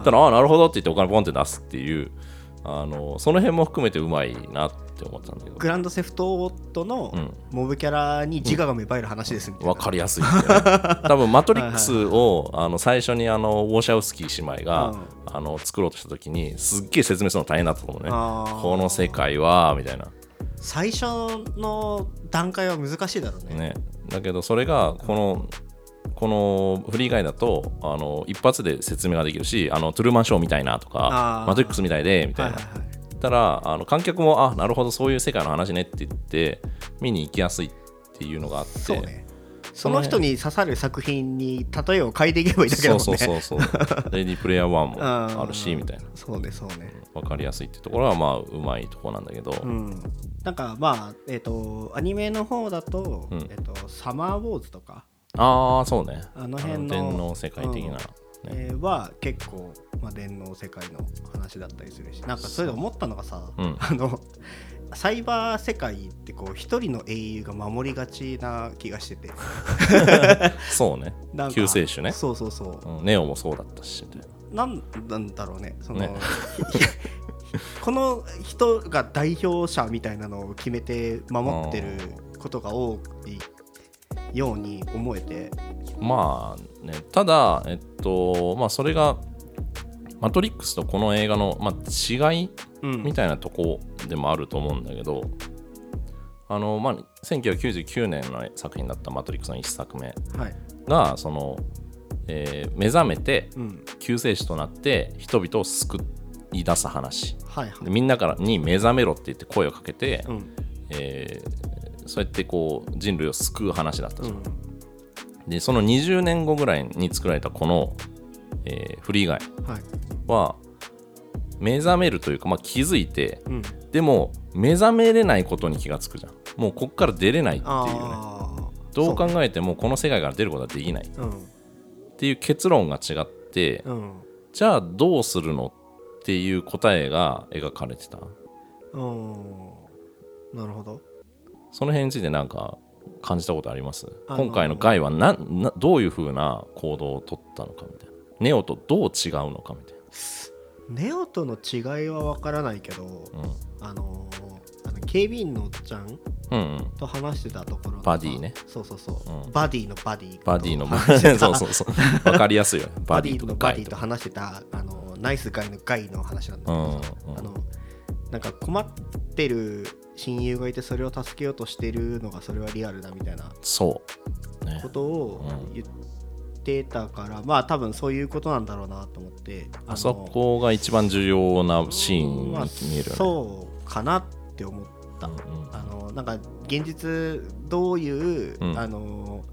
[SPEAKER 1] [LAUGHS] だ
[SPEAKER 2] ー
[SPEAKER 1] からああなるほどって言ってお金ポンって出すっていうあのその辺も含めてうまいなって思ったんだけど
[SPEAKER 2] グランドセフトオートの
[SPEAKER 1] うん
[SPEAKER 2] モブキャラに自我が芽生える話ですみたいな。
[SPEAKER 1] 分かりやすいってね
[SPEAKER 2] [LAUGHS]
[SPEAKER 1] 多分マトリックスをあの最初にあのウォシャウスキー姉妹が、
[SPEAKER 2] うん
[SPEAKER 1] あの作ろうとした時にすっげえ説明するの大変だったと思うね
[SPEAKER 2] あー
[SPEAKER 1] この世界はみたいな
[SPEAKER 2] 最初の段階は難しいだろうね。
[SPEAKER 1] ね、だけどそれがこの、このフリー以外だとあの一発で説明ができるしあのトゥルーマンショーみたいなと
[SPEAKER 2] あ
[SPEAKER 1] か
[SPEAKER 2] ー
[SPEAKER 1] マトリックスみたいでみた
[SPEAKER 2] はいい
[SPEAKER 1] な、
[SPEAKER 2] はいはい。
[SPEAKER 1] たらあの観客もあなるほどそういう世界の話ねって言って見に行きやすいっていうのがあって
[SPEAKER 2] そうね。その人に刺さる作品に例えを変えていけばいいだけだ
[SPEAKER 1] そ
[SPEAKER 2] もん
[SPEAKER 1] う
[SPEAKER 2] ね。
[SPEAKER 1] そうそうそう [LAUGHS] レディープレイヤー1も
[SPEAKER 2] [LAUGHS] うん
[SPEAKER 1] あるしみたいな
[SPEAKER 2] そうね、そうね。
[SPEAKER 1] 分かりやすいってところはまあうまいところなんだけど、
[SPEAKER 2] うん。なんかまあ、えっ、と、アニメの方だと、
[SPEAKER 1] うん
[SPEAKER 2] えっ、と、サマーウォーズとか、
[SPEAKER 1] ああそうね
[SPEAKER 2] あの辺の
[SPEAKER 1] 天皇世界的な、ね
[SPEAKER 2] えーは結構、まあ、電脳世界の話だったりするし、なんかそれで思ったのがさ、
[SPEAKER 1] うん
[SPEAKER 2] あの、サイバー世界ってこう一人の英雄が守りがちな気がしてて
[SPEAKER 1] そうね
[SPEAKER 2] なんか
[SPEAKER 1] 救世主ね、
[SPEAKER 2] そうそうそう
[SPEAKER 1] うん、ネオもそうだったしみたいな
[SPEAKER 2] なんなんだろうねその
[SPEAKER 1] ね
[SPEAKER 2] [LAUGHS] この人が代表者みたいなのを決めて守ってることが多いように思えて
[SPEAKER 1] まあね、ただ、えっと、まあそれが、マトリックスとこの映画の、まあ、違い
[SPEAKER 2] うん
[SPEAKER 1] みたいなとこでもあると思うんだけど、あの、まあ、1999年の作品だったマトリックスの1作目
[SPEAKER 2] はい
[SPEAKER 1] が、その、えー目覚めて
[SPEAKER 2] うん
[SPEAKER 1] 救世主となって人々を救い出す話。
[SPEAKER 2] はいは
[SPEAKER 1] で
[SPEAKER 2] い
[SPEAKER 1] みんなからに目覚めろって言って声をかけて、
[SPEAKER 2] うん
[SPEAKER 1] えーそうやってこう人類を救う話だったじゃん
[SPEAKER 2] うん
[SPEAKER 1] でその20年後ぐらいに作られたこの、えーフリーガイ
[SPEAKER 2] はい
[SPEAKER 1] は目覚めるというか、まあ、気づいて
[SPEAKER 2] うん
[SPEAKER 1] でも目覚めれないことに気がつくじゃんもうこっから出れないっていうね
[SPEAKER 2] ああ
[SPEAKER 1] どう考えてもこの世界から出ることはできない
[SPEAKER 2] うん
[SPEAKER 1] っていう結論が違って
[SPEAKER 2] うん
[SPEAKER 1] じゃあどうするのっていう答えが描かれてた
[SPEAKER 2] うんなるほど
[SPEAKER 1] その辺についてなんか感じたことあります
[SPEAKER 2] あの
[SPEAKER 1] 今回のガイはななどういうふうな行動をとったのかみたいなネオとどう違うのかみたい
[SPEAKER 2] ネオとの違いは分からないけど
[SPEAKER 1] な、うん、
[SPEAKER 2] あのーあの警備員のおっちゃん
[SPEAKER 1] うんうん
[SPEAKER 2] と話してたところの
[SPEAKER 1] バディね
[SPEAKER 2] そうそうそう、
[SPEAKER 1] うん
[SPEAKER 2] バディのバディ
[SPEAKER 1] バディの
[SPEAKER 2] [LAUGHS] 話してた
[SPEAKER 1] そうそうそうわかりやすいよね
[SPEAKER 2] バ
[SPEAKER 1] バ
[SPEAKER 2] デ
[SPEAKER 1] デ
[SPEAKER 2] ィ
[SPEAKER 1] ィと
[SPEAKER 2] の
[SPEAKER 1] か
[SPEAKER 2] バ
[SPEAKER 1] ガ
[SPEAKER 2] ディ
[SPEAKER 1] イ
[SPEAKER 2] と
[SPEAKER 1] とか
[SPEAKER 2] 話してたあのナイスガイのガイの話なんだけどさ、
[SPEAKER 1] うんうん
[SPEAKER 2] あのなんか困ってる親友がいてそれを助けようとしてるのがそれはリアルだみたいな
[SPEAKER 1] そう。ね
[SPEAKER 2] こ。とを
[SPEAKER 1] うん
[SPEAKER 2] 言ってたから、まあ多分そういうことなんだろうなと思っての
[SPEAKER 1] あそこが一番重要なシーン
[SPEAKER 2] まあ
[SPEAKER 1] に見えるよね。
[SPEAKER 2] そうかなって思った、
[SPEAKER 1] うんうん
[SPEAKER 2] あのなんか現実どういう、
[SPEAKER 1] うん
[SPEAKER 2] あの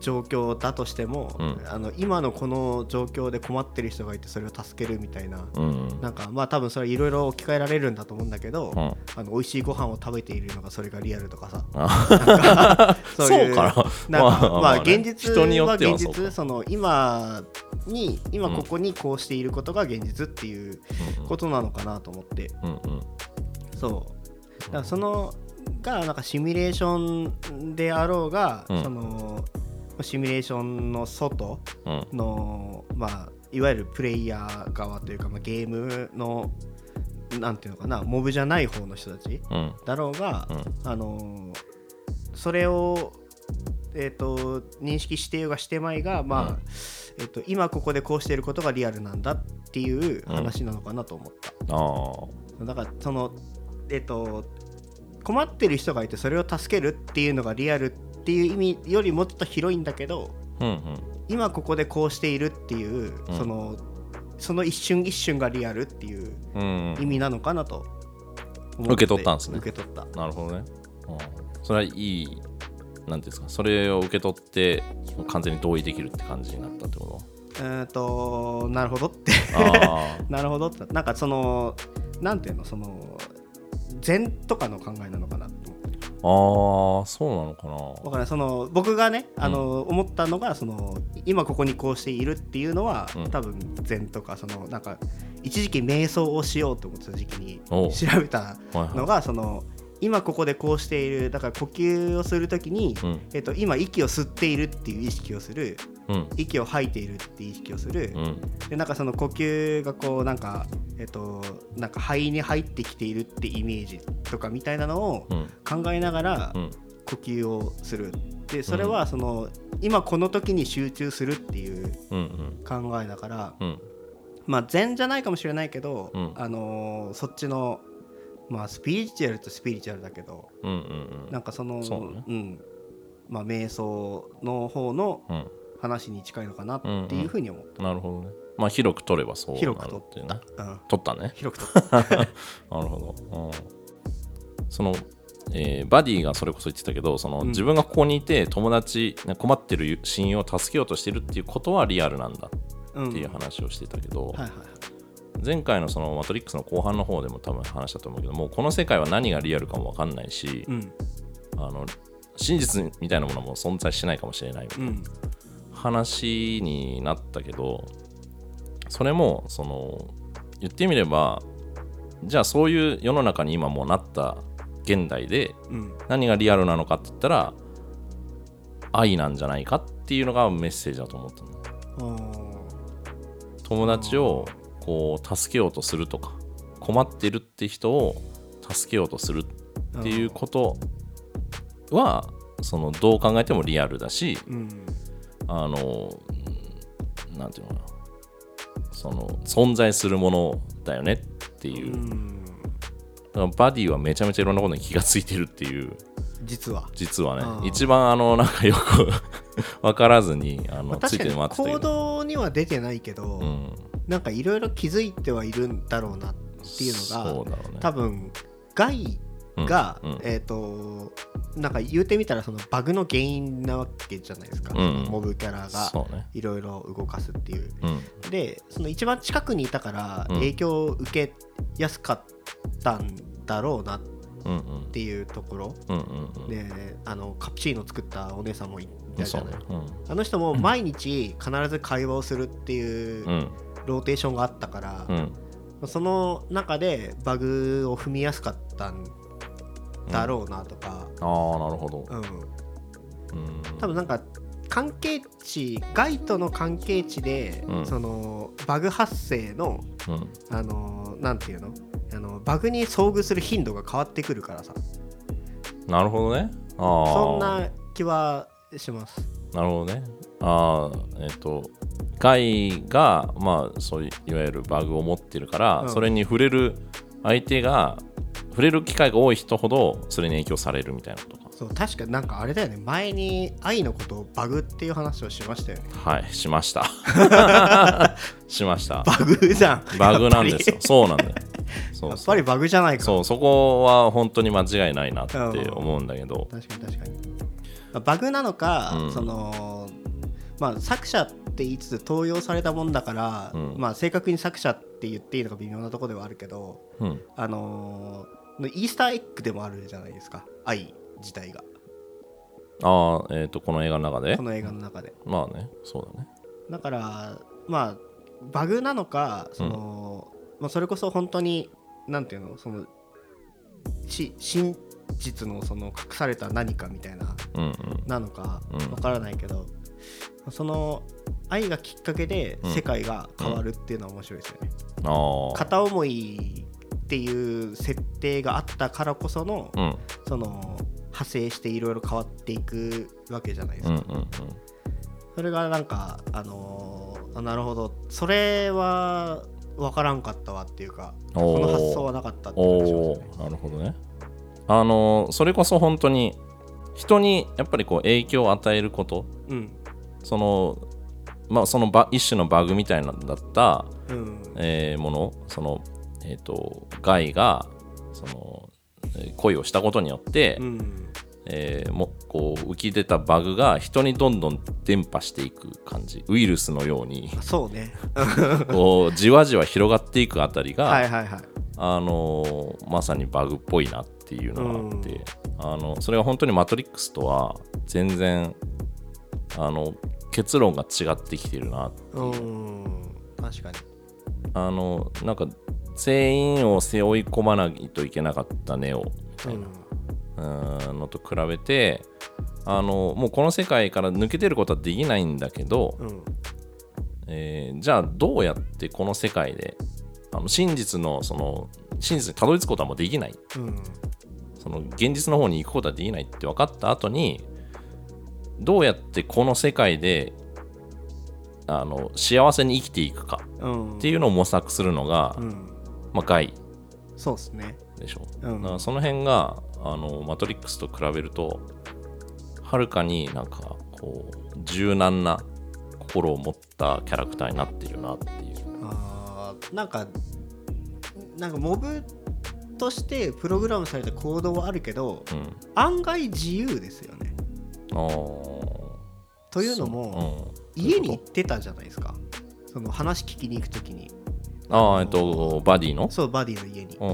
[SPEAKER 2] 状況だとしても、
[SPEAKER 1] うん
[SPEAKER 2] あの今のこの状況で困ってる人がいてそれを助けるみたいな、
[SPEAKER 1] うんうん。
[SPEAKER 2] なんかまあ多分それはいろいろ置き換えられるんだと思うんだけど、
[SPEAKER 1] うん
[SPEAKER 2] あの美味しいご飯を食べているのがそれがリアルとかさ
[SPEAKER 1] あ
[SPEAKER 2] そ
[SPEAKER 1] そうう
[SPEAKER 2] いう
[SPEAKER 1] かな。
[SPEAKER 2] なんかまあ
[SPEAKER 1] ね
[SPEAKER 2] 現実
[SPEAKER 1] 人によ
[SPEAKER 2] は
[SPEAKER 1] っては
[SPEAKER 2] 現
[SPEAKER 1] そうか
[SPEAKER 2] 実その今に今ここにこうしていることが現実っていうことなのかなと思って
[SPEAKER 1] うんうんうん
[SPEAKER 2] そうだからそのがなんかシミュレーションであろうが、
[SPEAKER 1] うん
[SPEAKER 2] そのシミュレーションの外
[SPEAKER 1] うん
[SPEAKER 2] の、まあ、いわゆるプレイヤー側というか、まあ、ゲームのなんていうのかなモブじゃない方の人たち
[SPEAKER 1] うん
[SPEAKER 2] だろうが、
[SPEAKER 1] うん
[SPEAKER 2] あのそれを、えー、と認識してようがしてまいが、まあ
[SPEAKER 1] うん
[SPEAKER 2] えー、と今ここでこうしていることがリアルなんだっていう話なのかなと思った。
[SPEAKER 1] あー
[SPEAKER 2] だからそのえっと困ってる人がいてそれを助けるっていうのがリアルっていう意味よりもっと広いんだけど
[SPEAKER 1] うん
[SPEAKER 2] 今ここでこうしているっていう、
[SPEAKER 1] うん
[SPEAKER 2] そのその一瞬一瞬がリアルっていう
[SPEAKER 1] うんうん
[SPEAKER 2] 意味なのかなと思
[SPEAKER 1] 受け取ったんですね
[SPEAKER 2] 受け取った
[SPEAKER 1] なるほどね。うんそれはいい。なんていうんですかそれを受け取って完全に同意できるって感じになったってこ
[SPEAKER 2] うーんとなるほどって [LAUGHS]
[SPEAKER 1] とあ
[SPEAKER 2] なるほどってなんかそのなんていうのその禅とかの考えなのかなと思って
[SPEAKER 1] ーあーそうなのか
[SPEAKER 2] だ
[SPEAKER 1] な
[SPEAKER 2] からその僕がねあの、思ったのがその今ここにこうしているっていうのは、
[SPEAKER 1] うん
[SPEAKER 2] 多分禅とかそのなんか一時期瞑想をしようと思ってた時期に
[SPEAKER 1] おう
[SPEAKER 2] 調べた
[SPEAKER 1] はい
[SPEAKER 2] の
[SPEAKER 1] は
[SPEAKER 2] がその今ここでこうしているだから呼吸をする時に、
[SPEAKER 1] いうん
[SPEAKER 2] えっと、今息を吸っているっていう意識をする
[SPEAKER 1] うん
[SPEAKER 2] 息を吐いているっていう意識をする、
[SPEAKER 1] うん
[SPEAKER 2] でなんかその呼吸がこうなんかえっとなんか肺に入ってきているってイメージとかみたいなのを
[SPEAKER 1] うん
[SPEAKER 2] 考えながら、
[SPEAKER 1] うん
[SPEAKER 2] 呼吸をするでそれはその、今この時に集中するっていう
[SPEAKER 1] うん
[SPEAKER 2] 考えだから、
[SPEAKER 1] うん
[SPEAKER 2] まあ禅じゃないかもしれないけど、
[SPEAKER 1] うん
[SPEAKER 2] あのーそっちのまあスピリチュアルとスピリチュアルだけど
[SPEAKER 1] うんうんうん
[SPEAKER 2] なんかその
[SPEAKER 1] そうね
[SPEAKER 2] んまあ瞑想の方の
[SPEAKER 1] うん
[SPEAKER 2] 話に近いのかなっていうふうに思っ
[SPEAKER 1] なるほどねまあ広く取ればそうなる
[SPEAKER 2] 広く取
[SPEAKER 1] っていうね
[SPEAKER 2] た、うん
[SPEAKER 1] 取ったね
[SPEAKER 2] 広くと
[SPEAKER 1] [LAUGHS]
[SPEAKER 2] った
[SPEAKER 1] なるほど、うん、その、えーバディがそれこそ言ってたけどその、
[SPEAKER 2] うん
[SPEAKER 1] 自分がここにいて友達困ってる親友を助けようとしてるっていうことはリアルなんだ
[SPEAKER 2] うん
[SPEAKER 1] っていう話をしてたけど、
[SPEAKER 2] はいはいはい
[SPEAKER 1] 前回のその「マトリックス」の後半の方でも多分話したと思うけどもうこの世界は何がリアルかも分かんないし、
[SPEAKER 2] うん
[SPEAKER 1] あの真実みたいなものも存在しないかもしれないみたいな
[SPEAKER 2] うん
[SPEAKER 1] 話になったけどそれもその言ってみればじゃあそういう世の中に今もうなった現代で
[SPEAKER 2] うん
[SPEAKER 1] 何がリアルなのかって言ったら愛なんじゃないかっていうのがメッセージだと思ったの友達をこう助けようとするとか困ってるって人を助けようとする
[SPEAKER 2] っ
[SPEAKER 1] っていうことはそのどう考えてもリアルだし
[SPEAKER 2] うん
[SPEAKER 1] あのうんなんていうのかなその存在するものだよねっていうう、
[SPEAKER 2] ん
[SPEAKER 1] だからバディはめちゃめちゃいろんなことに気がついてるっていう
[SPEAKER 2] 実は
[SPEAKER 1] 実は
[SPEAKER 2] あー
[SPEAKER 1] ね一番あのなんかよく分からずにあ
[SPEAKER 2] ま
[SPEAKER 1] の
[SPEAKER 2] あ
[SPEAKER 1] つい
[SPEAKER 2] 確か
[SPEAKER 1] て
[SPEAKER 2] に
[SPEAKER 1] 回ってた
[SPEAKER 2] 行
[SPEAKER 1] けど、
[SPEAKER 2] 動には出てないけど、
[SPEAKER 1] うん、
[SPEAKER 2] なんかいろいろ気づいてはいるんだろうなっていう
[SPEAKER 1] そ
[SPEAKER 2] の
[SPEAKER 1] う
[SPEAKER 2] が
[SPEAKER 1] だろうね
[SPEAKER 2] 多分害が、
[SPEAKER 1] うんうん
[SPEAKER 2] えっ、となんか言うてみたらそのバグの原因なわけじゃないですか、
[SPEAKER 1] うん
[SPEAKER 2] モブキャラが
[SPEAKER 1] そうね
[SPEAKER 2] いろいろ動かすっていう
[SPEAKER 1] うん
[SPEAKER 2] でその一番近くにいたから
[SPEAKER 1] うん
[SPEAKER 2] 影響を受けやすかったんだろうなっ
[SPEAKER 1] うんうん
[SPEAKER 2] ていうところ
[SPEAKER 1] うんうんうん
[SPEAKER 2] であのカプチーノ作ったお姉さんもいたじ
[SPEAKER 1] そ
[SPEAKER 2] ゃ
[SPEAKER 1] う
[SPEAKER 2] な
[SPEAKER 1] ねう
[SPEAKER 2] い
[SPEAKER 1] ん
[SPEAKER 2] あの人も毎日必ず会話をするっていう
[SPEAKER 1] うん
[SPEAKER 2] ローテーションがあったから、
[SPEAKER 1] うん
[SPEAKER 2] その中でバグを踏みやすかったんだろうなとか、
[SPEAKER 1] ああなるほど
[SPEAKER 2] うん
[SPEAKER 1] うん
[SPEAKER 2] 多分なんか関係値外との関係値で、
[SPEAKER 1] うん
[SPEAKER 2] そのバグ発生の
[SPEAKER 1] うん
[SPEAKER 2] あのなんていうのあのバグに遭遇する頻度が変わってくるからさ
[SPEAKER 1] なるほどねああ
[SPEAKER 2] そんな気はします。
[SPEAKER 1] なるほどね。ああ、えっ、と、害が、まあ、そういういわゆるバグを持ってるから、
[SPEAKER 2] うん
[SPEAKER 1] それに触れる相手が触れる機会が多い人ほどそれに影響されるみたいなことか
[SPEAKER 2] そう確かなんかあれだよね前に愛のことをバグっていう話をしましたよね
[SPEAKER 1] はいしました
[SPEAKER 2] [LAUGHS]
[SPEAKER 1] しました
[SPEAKER 2] バグじゃん
[SPEAKER 1] バグなんですよ
[SPEAKER 2] やっ
[SPEAKER 1] そうなんだよそ
[SPEAKER 2] ぱりや
[SPEAKER 1] う
[SPEAKER 2] っ
[SPEAKER 1] そ
[SPEAKER 2] ぱ
[SPEAKER 1] う
[SPEAKER 2] りバグじゃないか
[SPEAKER 1] そうそこは本当に間違いないなって思うんだけど
[SPEAKER 2] 確かに確かにまあバグなのか、
[SPEAKER 1] うん
[SPEAKER 2] そのまあ作者って言いつつ盗用されたもんだから、
[SPEAKER 1] うん
[SPEAKER 2] まあ正確に作者って言っていいのか微妙なところではあるけど
[SPEAKER 1] うん
[SPEAKER 2] あのーイースターエッグでもあるじゃないですか愛自体が
[SPEAKER 1] ああえっ、とこの映画の中で
[SPEAKER 2] この映画の中で
[SPEAKER 1] まあねそうだね
[SPEAKER 2] だからまあバグなのかその、まあ、それこそ本当になんていうのそのし真実のその隠された何かみたいな
[SPEAKER 1] うん
[SPEAKER 2] なのか
[SPEAKER 1] うん
[SPEAKER 2] わからないけど、その愛がきっかけで
[SPEAKER 1] うん
[SPEAKER 2] 世界が変わるっていうのは面白いですよね、
[SPEAKER 1] うんああ
[SPEAKER 2] 片思いっていう設定があったからこその、
[SPEAKER 1] うん
[SPEAKER 2] その派生していろいろ変わっていくわけじゃないです
[SPEAKER 1] う
[SPEAKER 2] か、
[SPEAKER 1] んうんうん
[SPEAKER 2] それがなんかあのーあなるほどそれは分からんかったわっていうかそ
[SPEAKER 1] おー
[SPEAKER 2] の発想はなかったって
[SPEAKER 1] お
[SPEAKER 2] 話をし
[SPEAKER 1] お
[SPEAKER 2] ますね
[SPEAKER 1] ーなるほどねあのそれこそ本当に人にやっぱりこう影響を与えること
[SPEAKER 2] うん
[SPEAKER 1] そのまあそのバ一種のバグみたいなんだった、
[SPEAKER 2] うん
[SPEAKER 1] えーものそのえっ、と害がそのえー恋をしたことによって、
[SPEAKER 2] うん
[SPEAKER 1] えーもこう浮き出たバグが人にどんどん伝播していく感じウイルスのよう
[SPEAKER 2] [LAUGHS]
[SPEAKER 1] に
[SPEAKER 2] そうね
[SPEAKER 1] こうじわじわ広がっていくあたりが、
[SPEAKER 2] はいはいはい
[SPEAKER 1] あのーまさにバグっぽいなっていうのがあって、あのそれは本当に「マトリックス」とは全然あの結論が違ってきてるな
[SPEAKER 2] うん確かに
[SPEAKER 1] あのなんか全員を背負い込まないといけなかったネオみたいなうーんのと比べてあのもうこの世界から抜けてることはできないんだけど、
[SPEAKER 2] うんうん
[SPEAKER 1] えーじゃあどうやってこの世界であの真実のその真実にたどり着くことはもうできない
[SPEAKER 2] うん
[SPEAKER 1] その現実の方に行くことはできないって分かった後にどうやってこの世界であの幸せに生きていくか
[SPEAKER 2] うん
[SPEAKER 1] っていうのを模索するのが、
[SPEAKER 2] うん
[SPEAKER 1] まあ、害
[SPEAKER 2] そうですね
[SPEAKER 1] でしょ、
[SPEAKER 2] うん
[SPEAKER 1] だからその辺があの「マトリックス」と比べるとはるかになんかこう柔軟な心を持ったキャラクターになってるなっていう
[SPEAKER 2] あーなんかなんかモブとしてプログラムされた行動はあるけど
[SPEAKER 1] うん
[SPEAKER 2] 案外自由ですよね
[SPEAKER 1] あー
[SPEAKER 2] というのも、
[SPEAKER 1] そううん
[SPEAKER 2] 家に行ってたじゃないですかその話聞きに行くときに
[SPEAKER 1] ああえっとバディの
[SPEAKER 2] そうバディの家に
[SPEAKER 1] う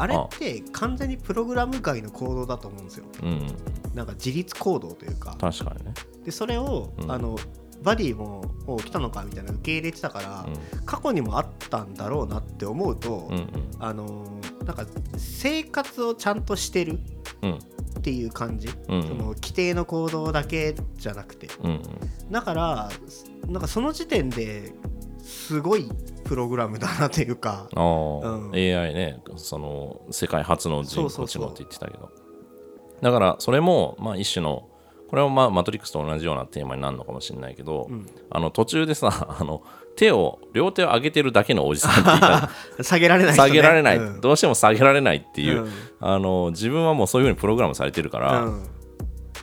[SPEAKER 1] ん
[SPEAKER 2] あれって完全にプログラム外の行動だと思うんですよ
[SPEAKER 1] うん
[SPEAKER 2] なんか自律行動というか
[SPEAKER 1] 確かにね、
[SPEAKER 2] でそれを、
[SPEAKER 1] うん
[SPEAKER 2] あのバディももう来たのかみたいな受け入れてたから、
[SPEAKER 1] う
[SPEAKER 2] 過去にもあったんだろうなって思うと、
[SPEAKER 1] ん、うんうん
[SPEAKER 2] あのーなんか生活をちゃんとしてる
[SPEAKER 1] うん
[SPEAKER 2] っていう感じ、
[SPEAKER 1] うん
[SPEAKER 2] その規定の行動だけじゃなくて
[SPEAKER 1] うん
[SPEAKER 2] だからすなんかその時点ですごいプログラムだなというか
[SPEAKER 1] ああ、
[SPEAKER 2] うん
[SPEAKER 1] AI ねその世界初の人
[SPEAKER 2] そ
[SPEAKER 1] 工
[SPEAKER 2] う
[SPEAKER 1] 知
[SPEAKER 2] そうそう
[SPEAKER 1] 能って言ってたけどだからそれもまあ一種のこれはまあマトリックスと同じようなテーマになるのかもしれないけど、
[SPEAKER 2] うん
[SPEAKER 1] あの途中でさあの手を両手を上げてるだけのおじさんっていた
[SPEAKER 2] 下げられない人
[SPEAKER 1] 下
[SPEAKER 2] ね
[SPEAKER 1] げられない、
[SPEAKER 2] うん
[SPEAKER 1] どうしても下げられないっていう、
[SPEAKER 2] うん
[SPEAKER 1] あの自分はもうそういうふうにプログラムされてるから、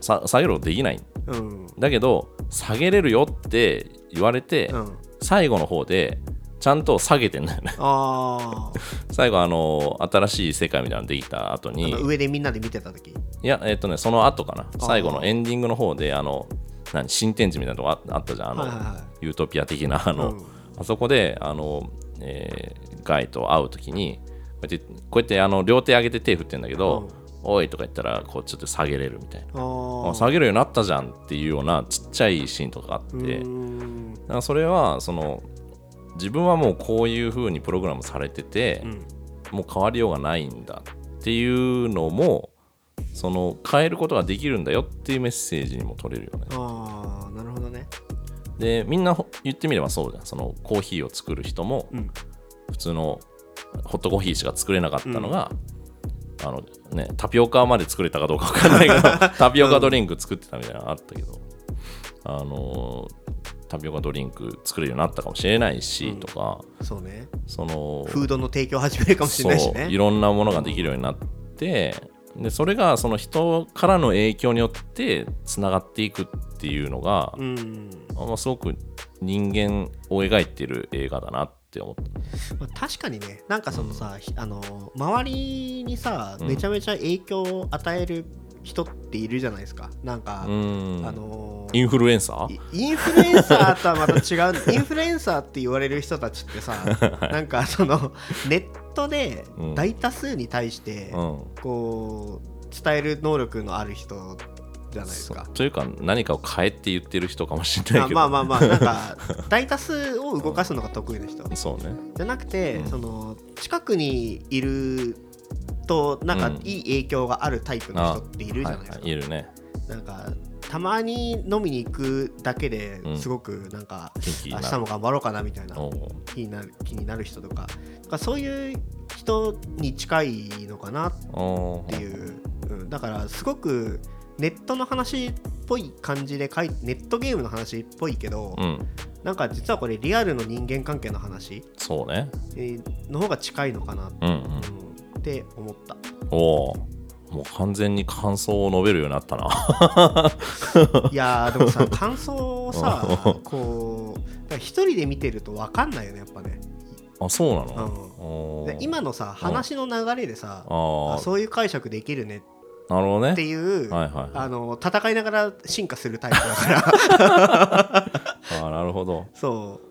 [SPEAKER 1] さ下げることできない
[SPEAKER 2] うんうん
[SPEAKER 1] だけど下げれるよって言われて、
[SPEAKER 2] うん
[SPEAKER 1] 最後の方でちゃんと下げてんだよね
[SPEAKER 2] あー
[SPEAKER 1] 最後あの新しい世界みたいなのできた後
[SPEAKER 2] あ
[SPEAKER 1] に
[SPEAKER 2] の上でみんなで見てた時
[SPEAKER 1] いやえっ、とねその後かな
[SPEAKER 2] ー
[SPEAKER 1] 最後のエンディングの方であの何新天地みたいなのがああったじゃんあの、
[SPEAKER 2] はいはいは
[SPEAKER 1] ユートピア的なあの、
[SPEAKER 2] うん
[SPEAKER 1] あそこであの、えーガイと会う時にこうやってこうやってあの両手上げて手振ってんだけど
[SPEAKER 2] う
[SPEAKER 1] 「
[SPEAKER 2] ん
[SPEAKER 1] おい」とか言ったらこうちょっと下げれるみたいな。
[SPEAKER 2] あー
[SPEAKER 1] あ下げるようになったじゃんっていうようなちっちゃいシーンとかあって、
[SPEAKER 2] うーん
[SPEAKER 1] だからそれはその自分はもうこういう風にプログラムされてて、
[SPEAKER 2] うん
[SPEAKER 1] もう変わりようがないんだっていうのもその変えることができるんだよっていうメッセージにも取れるよね
[SPEAKER 2] ああなるほどね
[SPEAKER 1] でみんなほ言ってみればそうじゃんそのコーヒーを作る人も
[SPEAKER 2] うん
[SPEAKER 1] 普通のホットコーヒーしか作れなかったのが、あのね、タピオカまで作れたかどうか
[SPEAKER 2] [LAUGHS]
[SPEAKER 1] 分かんないけどタピオカドリンク作ってたみたいなのあったけど、あのタピオカドリンク作れるようになったかもしれないし、
[SPEAKER 2] うん
[SPEAKER 1] とか
[SPEAKER 2] そうね
[SPEAKER 1] その
[SPEAKER 2] フードの提供始めるかもしれないし
[SPEAKER 1] そう
[SPEAKER 2] ね
[SPEAKER 1] いろんなものができるようになってでそれがその人からの影響によってつながっていくっていうのが、
[SPEAKER 2] うん
[SPEAKER 1] まあ、すごく人間を描いてる映画だなって思った
[SPEAKER 2] まあ、確かにねなんかそのさ、ひあの周りにさめちゃめちゃ影響を与える人っているじゃないですかなんか、
[SPEAKER 1] うん
[SPEAKER 2] あの
[SPEAKER 1] インフルエンサ
[SPEAKER 2] い
[SPEAKER 1] ー
[SPEAKER 2] インフルエンサーとはまた違うインフルエンサーって言われる人たちってさ、
[SPEAKER 1] [LAUGHS]
[SPEAKER 2] なんかそのネットで
[SPEAKER 1] うん
[SPEAKER 2] 大多数に対して、
[SPEAKER 1] うん
[SPEAKER 2] こう伝える能力のある人じゃないですか
[SPEAKER 1] そう。というか何かを変えって言ってる人かもしれない
[SPEAKER 2] あ
[SPEAKER 1] けど
[SPEAKER 2] まあま
[SPEAKER 1] [LAUGHS]
[SPEAKER 2] あまあなんか大多数を動かすのが得意な人
[SPEAKER 1] そうね
[SPEAKER 2] じゃなくて、
[SPEAKER 1] うん
[SPEAKER 2] その近くにいるとなんか
[SPEAKER 1] うん
[SPEAKER 2] いい影響があるタイプの人っているじゃないですか
[SPEAKER 1] は。いはい、いるね
[SPEAKER 2] なんかたまに飲みに行くだけで
[SPEAKER 1] うん
[SPEAKER 2] すごくなんか、
[SPEAKER 1] 元気に
[SPEAKER 2] 明
[SPEAKER 1] な
[SPEAKER 2] 日
[SPEAKER 1] る
[SPEAKER 2] も頑張ろうかなみたいな
[SPEAKER 1] おう
[SPEAKER 2] 気になる気になる人とかだからそういう人に近いのかなっ
[SPEAKER 1] おう
[SPEAKER 2] ていう、うん、だからすごくネットの話っぽい感じで書いネットゲームの話っぽいけど、
[SPEAKER 1] うん
[SPEAKER 2] なんか実はこれリアルの人間関係の話
[SPEAKER 1] そうね
[SPEAKER 2] えーの方が近いのかな、
[SPEAKER 1] うんうん
[SPEAKER 2] うんって思った
[SPEAKER 1] おおもう完全に感想を述べるようになったな [LAUGHS]
[SPEAKER 2] いやーでもさ感想
[SPEAKER 1] [LAUGHS]
[SPEAKER 2] をさ
[SPEAKER 1] うん
[SPEAKER 2] こうだから一人で見てると分かんないよねやっぱね
[SPEAKER 1] あそうなの、
[SPEAKER 2] う
[SPEAKER 1] お
[SPEAKER 2] で
[SPEAKER 1] ー
[SPEAKER 2] 今のさ話の流れでさ
[SPEAKER 1] あ
[SPEAKER 2] あ
[SPEAKER 1] あ
[SPEAKER 2] そういう解釈できるね
[SPEAKER 1] なるほど
[SPEAKER 2] って
[SPEAKER 1] ね
[SPEAKER 2] いう、
[SPEAKER 1] はいはい
[SPEAKER 2] あ
[SPEAKER 1] はい
[SPEAKER 2] の戦いながら進化するタイプだから
[SPEAKER 1] [LAUGHS] ああなるほど
[SPEAKER 2] そ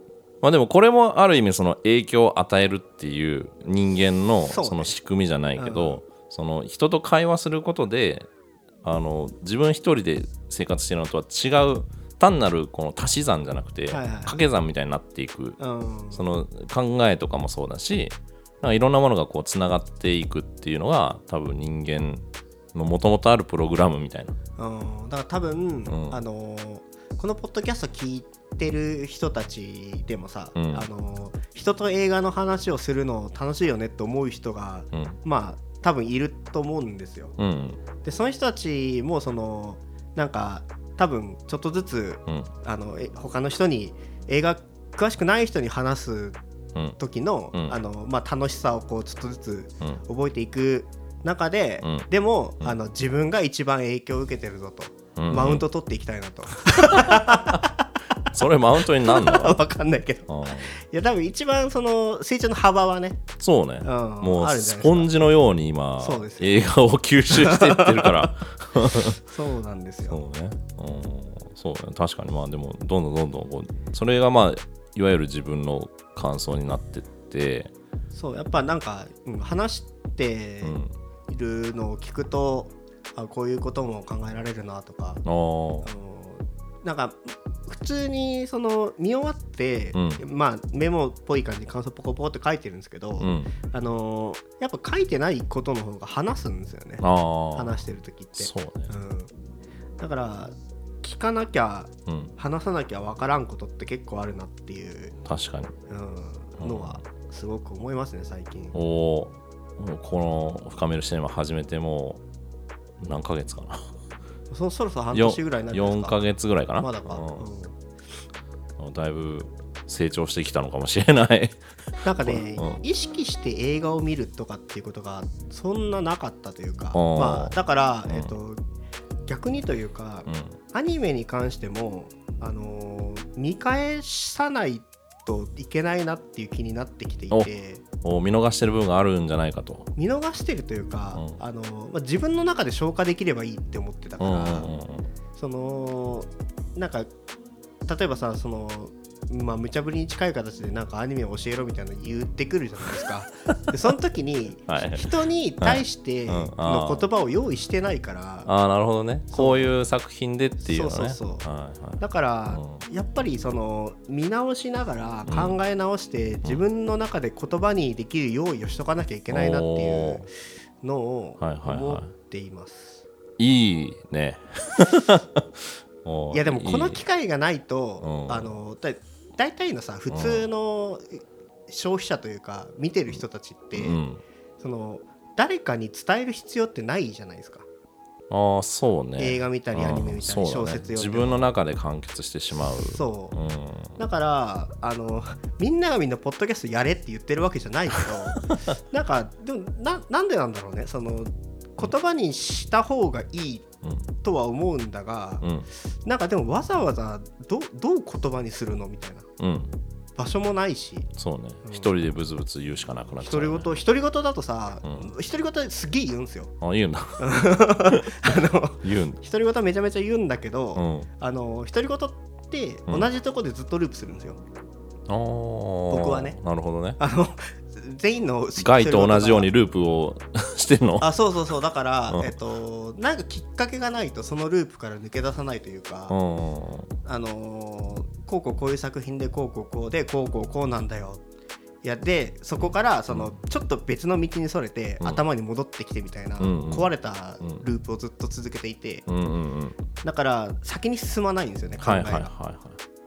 [SPEAKER 1] まあでもこれもある意味その影響を与えるっていう人間の
[SPEAKER 2] そうね
[SPEAKER 1] その仕組みじゃないけどそ,、の人と会話することであの自分一人で生活してるのとは違う単なるこの足し算じゃなくて
[SPEAKER 2] はいはい
[SPEAKER 1] 掛け算みたいになっていく
[SPEAKER 2] う、うん、
[SPEAKER 1] その考えとかもそうだしなんかいろんなものがこうつながっていくっていうのが多分人間のもともとあるプログラムみたいな。
[SPEAKER 2] うん、だから多分、
[SPEAKER 1] ん
[SPEAKER 2] あのーこのポッドキャスト聞いてる人たちでもさ、
[SPEAKER 1] うん
[SPEAKER 2] あのー人と映画の話をするの楽しいよねって思う人が
[SPEAKER 1] うん
[SPEAKER 2] まあ多分いると思うんですよ
[SPEAKER 1] うん
[SPEAKER 2] でその人たちもそのなんか多分ちょっとずつ
[SPEAKER 1] うん
[SPEAKER 2] あのえ他の人に映画詳しくない人に話す
[SPEAKER 1] うん
[SPEAKER 2] 時の,、
[SPEAKER 1] うん
[SPEAKER 2] あのまあ、楽しさをこうちょっとずつ
[SPEAKER 1] うん
[SPEAKER 2] 覚えていく中で、
[SPEAKER 1] うん
[SPEAKER 2] でも、
[SPEAKER 1] うん
[SPEAKER 2] あの自分が一番影響を受けてるぞと、
[SPEAKER 1] うん
[SPEAKER 2] マウント取っていきたいなと
[SPEAKER 1] それマウントになんの [LAUGHS] あ
[SPEAKER 2] [LAUGHS] わかんないけど
[SPEAKER 1] ー
[SPEAKER 2] いや多分一番その成長の幅はね、
[SPEAKER 1] そうね
[SPEAKER 2] うん、
[SPEAKER 1] もう
[SPEAKER 2] あ
[SPEAKER 1] ス
[SPEAKER 2] るんじゃないですか
[SPEAKER 1] ポンジのように今
[SPEAKER 2] そうですよ
[SPEAKER 1] 映画を吸収していってるから
[SPEAKER 2] [LAUGHS] そうなんですよ
[SPEAKER 1] そうね、うん、そうね確かにまあでもどんどんどんどんこうそれがまあいわゆる自分の感想になってって、
[SPEAKER 2] そうやっぱなんか、うん話して
[SPEAKER 1] うん、
[SPEAKER 2] いるのを聞くと、あこういうことも考えられるなとか、
[SPEAKER 1] あー
[SPEAKER 2] あのなんか普通にその見終わって、
[SPEAKER 1] う
[SPEAKER 2] まあメモっぽい感じに感想ポコポコって書いてるんですけど、
[SPEAKER 1] うん
[SPEAKER 2] あのやっぱ書いてないことの方が話すんですよね
[SPEAKER 1] あー
[SPEAKER 2] 話してる時って
[SPEAKER 1] そうね
[SPEAKER 2] うん、だから聞かなきゃ
[SPEAKER 1] うん
[SPEAKER 2] 話さなきゃ分からんことって結構あるなっていう、
[SPEAKER 1] 確かに
[SPEAKER 2] うん、のはすごく思いますね最近
[SPEAKER 1] おおーこの「深めるシネマ」始めてもう何ヶ月かな
[SPEAKER 2] そそろそろ半
[SPEAKER 1] よ
[SPEAKER 2] 年ぐらいになるんです
[SPEAKER 1] 4
[SPEAKER 2] か
[SPEAKER 1] ヶ月ぐらいかな
[SPEAKER 2] まだか、
[SPEAKER 1] うん
[SPEAKER 2] うん
[SPEAKER 1] だいぶ成長してきたのかもしれない
[SPEAKER 2] なんかね、
[SPEAKER 1] うん
[SPEAKER 2] 意識して映画を見るとかっていうことがそんななかったというか、
[SPEAKER 1] あー
[SPEAKER 2] まあ、だから、
[SPEAKER 1] うん
[SPEAKER 2] えっと逆にというか、
[SPEAKER 1] う
[SPEAKER 2] アニメに関しても、あのー見返さないといけないなっていう気になってきていて
[SPEAKER 1] ん、お見逃してる部分があるんじゃないかと。
[SPEAKER 2] 見逃してるというか、
[SPEAKER 1] うん
[SPEAKER 2] あのーまあ、自分の中で消化できればいいって思ってたか
[SPEAKER 1] うん
[SPEAKER 2] ら、
[SPEAKER 1] うんうんうん
[SPEAKER 2] そのなんか例えばさそのまあ無茶ぶりに近い形でなんかアニメを教えろみたいなの言ってくるじゃないです
[SPEAKER 1] [LAUGHS]
[SPEAKER 2] かでその時に、
[SPEAKER 1] はい
[SPEAKER 2] 人に対して
[SPEAKER 1] はいうん
[SPEAKER 2] の言葉を用意してないから、
[SPEAKER 1] ああなるほどねこういう作品でっていうのね
[SPEAKER 2] そうそうそ
[SPEAKER 1] はいはい
[SPEAKER 2] だから、やっぱりその見直しながら考え直して、自分の中で言葉にできる用意をしとかなきゃいけないなっていう
[SPEAKER 1] お
[SPEAKER 2] のを
[SPEAKER 1] はいはいはい
[SPEAKER 2] 思っています、
[SPEAKER 1] いい
[SPEAKER 2] [LAUGHS]
[SPEAKER 1] ねおー
[SPEAKER 2] いやでもこの
[SPEAKER 1] い
[SPEAKER 2] 機会がないと
[SPEAKER 1] うん
[SPEAKER 2] あのだ大体のさ普通の消費者というか見てる人たちって、
[SPEAKER 1] いうん
[SPEAKER 2] その誰かに伝える必要ってないじゃないですか
[SPEAKER 1] ああそうね
[SPEAKER 2] 映画見たりアニメ
[SPEAKER 1] うん
[SPEAKER 2] 見たり
[SPEAKER 1] そうだ
[SPEAKER 2] 小説読んで
[SPEAKER 1] ね、自分の中で完結してしまう、
[SPEAKER 2] そううんだからあのみんながみんなポッドキャストやれって言ってるわけじゃないけ
[SPEAKER 1] [LAUGHS]
[SPEAKER 2] どなんかでもななんでなんだろうねその言葉にした方がいいとは思うんだが、
[SPEAKER 1] うんうん
[SPEAKER 2] なんかでもわざわざどどう言葉にするのみたい
[SPEAKER 1] う
[SPEAKER 2] な
[SPEAKER 1] ん
[SPEAKER 2] 場所もないし
[SPEAKER 1] そうね
[SPEAKER 2] うん
[SPEAKER 1] 一人でブツブツ言うしかなくなっちゃう、
[SPEAKER 2] 独
[SPEAKER 1] ね、
[SPEAKER 2] り言独り言だとさ
[SPEAKER 1] うん
[SPEAKER 2] 独り言すげえ言うんです
[SPEAKER 1] [LAUGHS]
[SPEAKER 2] よ。
[SPEAKER 1] あ言うんだ
[SPEAKER 2] あの
[SPEAKER 1] 言うんだ
[SPEAKER 2] 独り [LAUGHS] 言めちゃめちゃ言うんだけど、
[SPEAKER 1] うん
[SPEAKER 2] あの独り言って
[SPEAKER 1] うん
[SPEAKER 2] 同じとこでずっとループするんですよ。
[SPEAKER 1] 僕
[SPEAKER 2] はね
[SPEAKER 1] なるほどね
[SPEAKER 2] あの [LAUGHS] 全員の
[SPEAKER 1] ガイと同じよう
[SPEAKER 2] に
[SPEAKER 1] にループを [LAUGHS] してるの
[SPEAKER 2] あそうそうそうだから、
[SPEAKER 1] うん
[SPEAKER 2] えっとなんかきっかけがないとそのループから抜け出さないというか、
[SPEAKER 1] う
[SPEAKER 2] あのーこうこうこういう作品でこうこうこうでこうこうこうなんだよいやでそこからそのちょっと別の道にそれて、
[SPEAKER 1] うん
[SPEAKER 2] 頭に戻ってきてみたいな、
[SPEAKER 1] うんうん
[SPEAKER 2] 壊れたループをずっと続けていて、
[SPEAKER 1] んうんうんうん
[SPEAKER 2] だから先に進まないんですよね考
[SPEAKER 1] は
[SPEAKER 2] え
[SPEAKER 1] いはい
[SPEAKER 2] が、
[SPEAKER 1] はい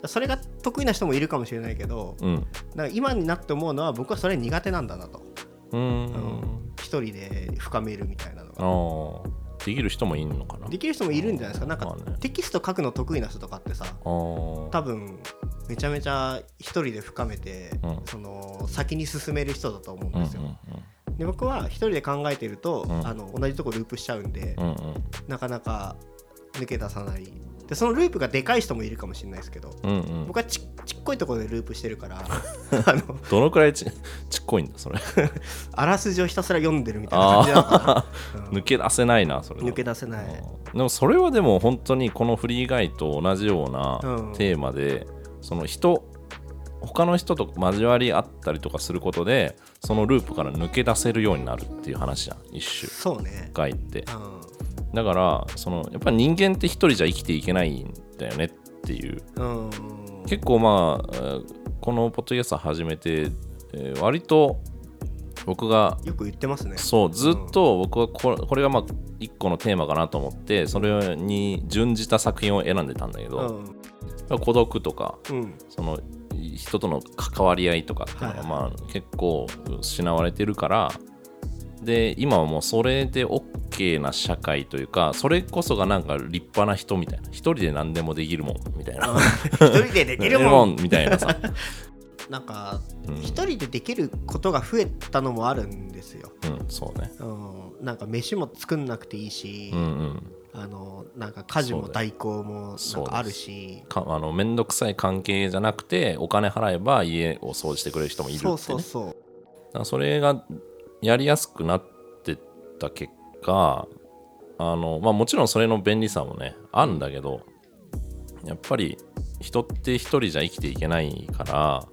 [SPEAKER 1] は
[SPEAKER 2] それが得意な人もいるかもしれないけど
[SPEAKER 1] いうん
[SPEAKER 2] なんか今になって思うのは僕はそれ苦手なんだなと、
[SPEAKER 1] う
[SPEAKER 2] うん
[SPEAKER 1] ん
[SPEAKER 2] 一人で深めるみたいなのが
[SPEAKER 1] ああできる人もいんのかな
[SPEAKER 2] できる人もいるんじゃないですかなんか
[SPEAKER 1] まあね
[SPEAKER 2] テキスト書くの得意な人とかってさ
[SPEAKER 1] あー
[SPEAKER 2] 多分めちゃめちゃ一人で深めて、
[SPEAKER 1] うん
[SPEAKER 2] その先に進める人だと思うん
[SPEAKER 1] うんう
[SPEAKER 2] ですよ、
[SPEAKER 1] ん
[SPEAKER 2] で僕は一人で考えてると、
[SPEAKER 1] うん
[SPEAKER 2] あの同じとこループしちゃうんで、
[SPEAKER 1] うんうん
[SPEAKER 2] なかなか抜け出さないでそのループがでかい人もいるかもしれないですけど
[SPEAKER 1] うんうん
[SPEAKER 2] 僕はちちっこいところでループして
[SPEAKER 1] [LAUGHS]
[SPEAKER 2] るからあの
[SPEAKER 1] どのくらいちちっこいんだそれ
[SPEAKER 2] あらすじをひたすら読んでるみたいな感じだから、うん
[SPEAKER 1] 抜け出せないなそれ
[SPEAKER 2] 抜け出せない、
[SPEAKER 1] うんでもそれはでも本当にこのフリーガイと同じような
[SPEAKER 2] うん
[SPEAKER 1] テーマで、その人他の人と交わり合ったりとかすることでそのループから抜け出せるようになるっていう話じゃん一種
[SPEAKER 2] そうね、
[SPEAKER 1] ガイって
[SPEAKER 2] うん
[SPEAKER 1] だからそのやっぱり人間って一人じゃ生きていけないんだよねっていう
[SPEAKER 2] うん、
[SPEAKER 1] 結構まあえーこのポッドキャスト始めて、えー割と僕が
[SPEAKER 2] よく言ってますね
[SPEAKER 1] そうずっと僕はこれこれがまあ一個のテーマかなと思ってそれに準じた作品を選んでたんだけ
[SPEAKER 2] う
[SPEAKER 1] ど、
[SPEAKER 2] ん
[SPEAKER 1] 孤独とか
[SPEAKER 2] うん
[SPEAKER 1] そのい人との関わり合いとかっていうのが
[SPEAKER 2] はい
[SPEAKER 1] まあ結構失われてるからで今はもうそれで OK な社会というかそれこそがなんか立派な人みたいな一人で何でもできるもんみたいな
[SPEAKER 2] 一人でできるもん
[SPEAKER 1] みたいな
[SPEAKER 2] [LAUGHS]
[SPEAKER 1] さ、
[SPEAKER 2] なんか
[SPEAKER 1] うん
[SPEAKER 2] 一人でできることが増えたのもあるんですよ、
[SPEAKER 1] うん、そうね
[SPEAKER 2] うん、なんか飯も作んなくていいし、
[SPEAKER 1] うんうん
[SPEAKER 2] あのなんか家事も代行もなんかあるし
[SPEAKER 1] かあの面倒くさい関係じゃなくてお金払えば家を掃除してくれる人もいるって、ね、
[SPEAKER 2] そうそうそう
[SPEAKER 1] だからそれがやりやすくなってった結果あの、まあ、もちろんそれの便利さもねあるんだけどやっぱり人って一人じゃ生きていけないから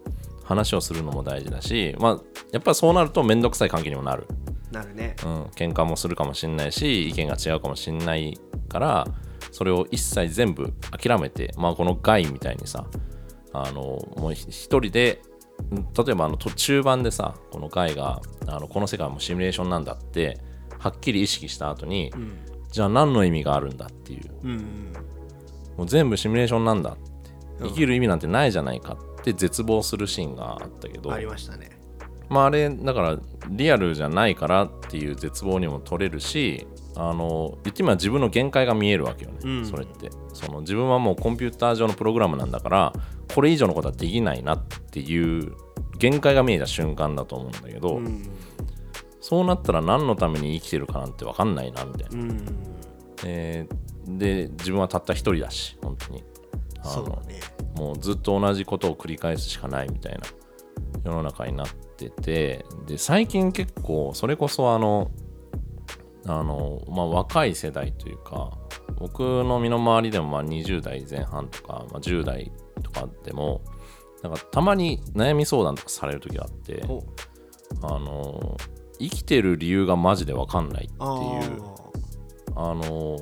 [SPEAKER 1] 話をするのも大事だし、まあ、やっぱりそうなると面倒くさい関係にもなる、
[SPEAKER 2] なるね
[SPEAKER 1] うん、喧嘩もするかもしんないし意見が違うかもしんないからそれを一切全部諦めて、まあ、この害みたいにさあのもうひ一人でん例えばあの途中盤でさこのガイがあのこの世界はもうシミュレーションなんだってはっきり意識した後に、
[SPEAKER 2] うん
[SPEAKER 1] じゃあ何の意味があるんだっていう
[SPEAKER 2] うん
[SPEAKER 1] もう全部シミュレーションなんだって
[SPEAKER 2] うん
[SPEAKER 1] 生きる意味なんてないじゃないかって絶望するシーンがあったけど
[SPEAKER 2] ありましたね
[SPEAKER 1] まあ、あれだからリアルじゃないからっていう絶望にも取れるしあの言ってみれば自分の限界が見えるわけよね、
[SPEAKER 2] うん
[SPEAKER 1] それってその自分はもうコンピューター上のプログラムなんだからこれ以上のことはできないなっていう限界が見えた瞬間だと思うんだけど、
[SPEAKER 2] うん
[SPEAKER 1] そうなったら何のために生きてるかなんて分かんないなみたいな、
[SPEAKER 2] うん
[SPEAKER 1] えーで自分はたった一人だし本当にあの
[SPEAKER 2] そうだね
[SPEAKER 1] もうずっと同じことを繰り返すしかないみたいな世の中になっててで最近結構それこそあのあの、まあ、若い世代というか僕の身の回りでもまあ20代前半とか、まあ、10代とかでもなんかたまに悩み相談とかされる時があって
[SPEAKER 2] お
[SPEAKER 1] あの生きてる理由がマジで分かんないっていう
[SPEAKER 2] あ
[SPEAKER 1] あの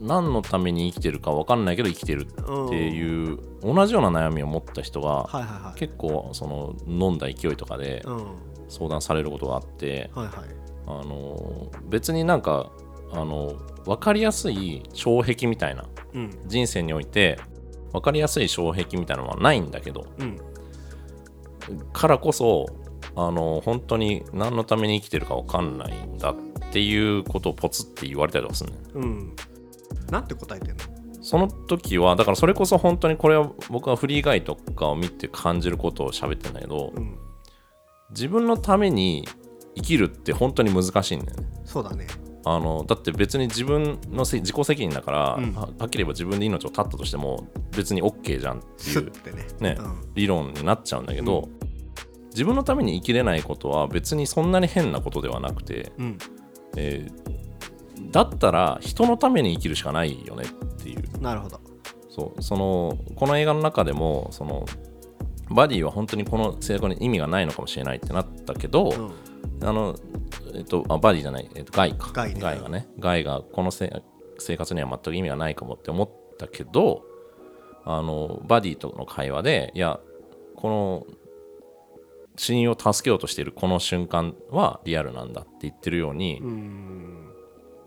[SPEAKER 1] 何のために生きてるか分かんないけど生きてるって
[SPEAKER 2] ーうん
[SPEAKER 1] っていう同じような悩みを持った人が
[SPEAKER 2] はいはいはい
[SPEAKER 1] 結構その飲んだ勢いとかで
[SPEAKER 2] うん
[SPEAKER 1] 相談されることがあって
[SPEAKER 2] はいはい
[SPEAKER 1] あの別になんかあの分かりやすい障壁みたいな
[SPEAKER 2] うん
[SPEAKER 1] 人生において分かりやすい障壁みたいなのはないんだけど
[SPEAKER 2] うん
[SPEAKER 1] からこそあの本当に何のために生きてるか分かんないんだっっていうことをポツって言われたりとかするね
[SPEAKER 2] うん。なんて答えてんの
[SPEAKER 1] その時はだからそれこそ本当にこれは僕はフリーガイとかを見て感じることを喋ってんだけど
[SPEAKER 2] うん。
[SPEAKER 1] 自分のために生きるって本当に難しいんだよね
[SPEAKER 2] そうだね。
[SPEAKER 1] あのだって別に自分のせ自己責任だから、
[SPEAKER 2] うん
[SPEAKER 1] ははっきり言えば自分で命を絶ったとしても別に OK じゃんってい
[SPEAKER 2] すっ
[SPEAKER 1] う
[SPEAKER 2] てね。
[SPEAKER 1] ね
[SPEAKER 2] うん。
[SPEAKER 1] 理論になっちゃうんだけど、自分のために生きれないことは別にそんなに変なことではなくて、
[SPEAKER 2] うん。
[SPEAKER 1] えーだったら人のために生きるしかないよねっていう
[SPEAKER 2] なるほど。
[SPEAKER 1] そうそのこの映画の中でもそのバディは本当にこの制約に意味がないのかもしれないってなったけど、
[SPEAKER 2] うん。
[SPEAKER 1] あの、えっと、あバディじゃない、えっと、ガイか。
[SPEAKER 2] ガイね
[SPEAKER 1] がね。ガイが、このせ生活には全く意味がないかもって思ったけど、あの、バディとの会話で、いや、この、親友を助けようとしているこの瞬間はリアルなんだって言ってるように、
[SPEAKER 2] うん。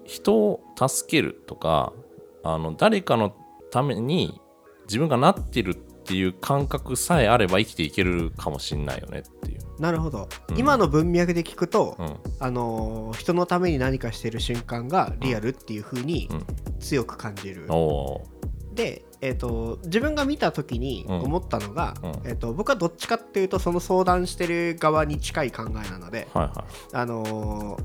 [SPEAKER 1] 人を助けるとか、あの、誰かのために自分がなってるっていう感覚さえあれば生きていけるかもしんないよねっていう。
[SPEAKER 2] なるほど、
[SPEAKER 1] うん
[SPEAKER 2] 今の文脈で聞くと、
[SPEAKER 1] うん。
[SPEAKER 2] あのー人のために何かしてる瞬間がリアルっていう風に
[SPEAKER 1] うん
[SPEAKER 2] 強く感じる、
[SPEAKER 1] おー
[SPEAKER 2] で、えー、と自分が見た時に
[SPEAKER 1] うん
[SPEAKER 2] 思ったのが、
[SPEAKER 1] うん
[SPEAKER 2] えー、と僕はどっちかっていうとその相談してる側に近い考えなので、
[SPEAKER 1] はいは
[SPEAKER 2] あのー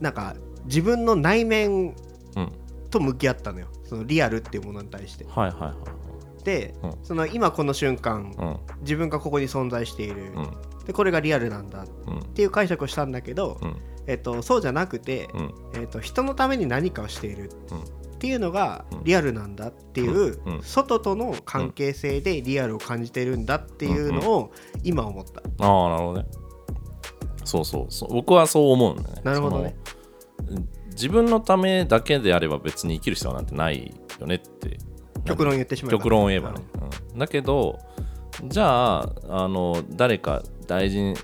[SPEAKER 2] なんか自分の内面
[SPEAKER 1] い。うん。
[SPEAKER 2] と向き合ったのよそのリアルっていうものに対して
[SPEAKER 1] はいはいはい。
[SPEAKER 2] で、
[SPEAKER 1] うん
[SPEAKER 2] その今この瞬間
[SPEAKER 1] うん
[SPEAKER 2] 自分がここに存在している、
[SPEAKER 1] うん
[SPEAKER 2] でこれがリアルなんだっ
[SPEAKER 1] うん
[SPEAKER 2] ていう解釈をしたんだけど、
[SPEAKER 1] うん
[SPEAKER 2] えっとそうじゃなくて、
[SPEAKER 1] うん
[SPEAKER 2] えっと人のために何かをしている
[SPEAKER 1] うん
[SPEAKER 2] っていうのが
[SPEAKER 1] うん
[SPEAKER 2] リアルなんだっていう、
[SPEAKER 1] うんうん
[SPEAKER 2] 外との関係性でリアルを感じてるんだっていうのを今思っ
[SPEAKER 1] あ
[SPEAKER 2] た、
[SPEAKER 1] あなるほどねそうそうそう僕はそう思うんだよね
[SPEAKER 2] なるほどね
[SPEAKER 1] そのうん自分のためだけであれば別に生きる必要なんてないよねって
[SPEAKER 2] 極論言ってしまえば
[SPEAKER 1] 極論を言えばね、うんだけどじゃああの誰か大事に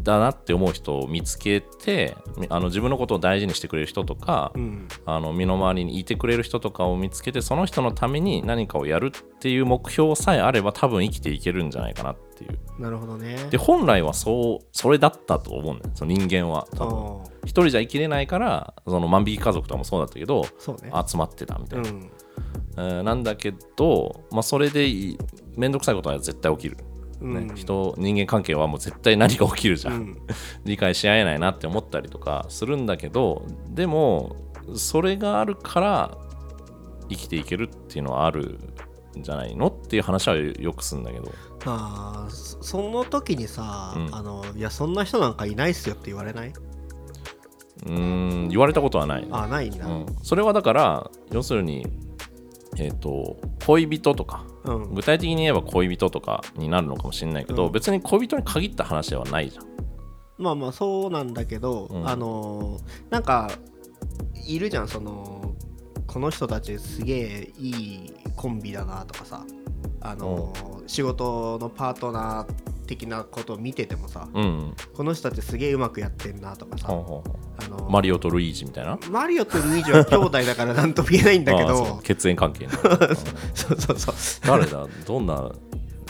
[SPEAKER 1] だなって思う人を見つけてみあの自分のことを大事にしてくれる人とか、
[SPEAKER 2] うん
[SPEAKER 1] あの身の回りにいてくれる人とかを見つけてその人のために何かをやるっていう目標さえあれば多分生きていけるんじゃないかなっていう
[SPEAKER 2] なるほどね
[SPEAKER 1] で本来はそうそれだったと思うんだよその人間は
[SPEAKER 2] あ
[SPEAKER 1] 多分
[SPEAKER 2] ー
[SPEAKER 1] 一人じゃ生きれないからその万引き家族とかもそうだったけど
[SPEAKER 2] そうね
[SPEAKER 1] 集まってたみた
[SPEAKER 2] う
[SPEAKER 1] いな、
[SPEAKER 2] ん
[SPEAKER 1] えーなんだけど、まあ、それでいい面倒くさいことは絶対起きる、
[SPEAKER 2] う
[SPEAKER 1] ね
[SPEAKER 2] ん、
[SPEAKER 1] 人人間関係はもう絶対何か起きるじ
[SPEAKER 2] う
[SPEAKER 1] ゃん、
[SPEAKER 2] ん
[SPEAKER 1] 理解し合えないなって思ったりとかするんだけどでもそれがあるから生きていけるっていうのはあるんじゃないのっていう話はよくするんだけど
[SPEAKER 2] あーそその時にさ、
[SPEAKER 1] うん
[SPEAKER 2] あのいやそんな人なんかいないっすよって言われないう
[SPEAKER 1] ーん言われたことはない、
[SPEAKER 2] あーないん
[SPEAKER 1] う
[SPEAKER 2] だ
[SPEAKER 1] ん、それはだから要するにえっ、と恋人とか
[SPEAKER 2] うん、
[SPEAKER 1] 具体的に言えば恋人とかになるのかもしれないけど、
[SPEAKER 2] うん
[SPEAKER 1] 別に恋人に限った話ではないじゃん
[SPEAKER 2] まあまあそうなんだけど、
[SPEAKER 1] うん
[SPEAKER 2] あのーなんかいるじゃんそのこの人たちすげえいいコンビだなとかさあのー仕事のパートナー的なことを見ててもさ、
[SPEAKER 1] うんうん
[SPEAKER 2] この人たちすげえうまくやってんなとかさ、
[SPEAKER 1] ほうほうほ
[SPEAKER 2] あの
[SPEAKER 1] う
[SPEAKER 2] ー
[SPEAKER 1] マリオとルイージみたいな
[SPEAKER 2] マリオとルイージは兄弟だからなんとも言えないん
[SPEAKER 1] [LAUGHS]
[SPEAKER 2] だけ
[SPEAKER 1] ああそ
[SPEAKER 2] ど
[SPEAKER 1] う血縁関係
[SPEAKER 2] [LAUGHS]
[SPEAKER 1] になるうん
[SPEAKER 2] そうそうそう
[SPEAKER 1] 誰だどんな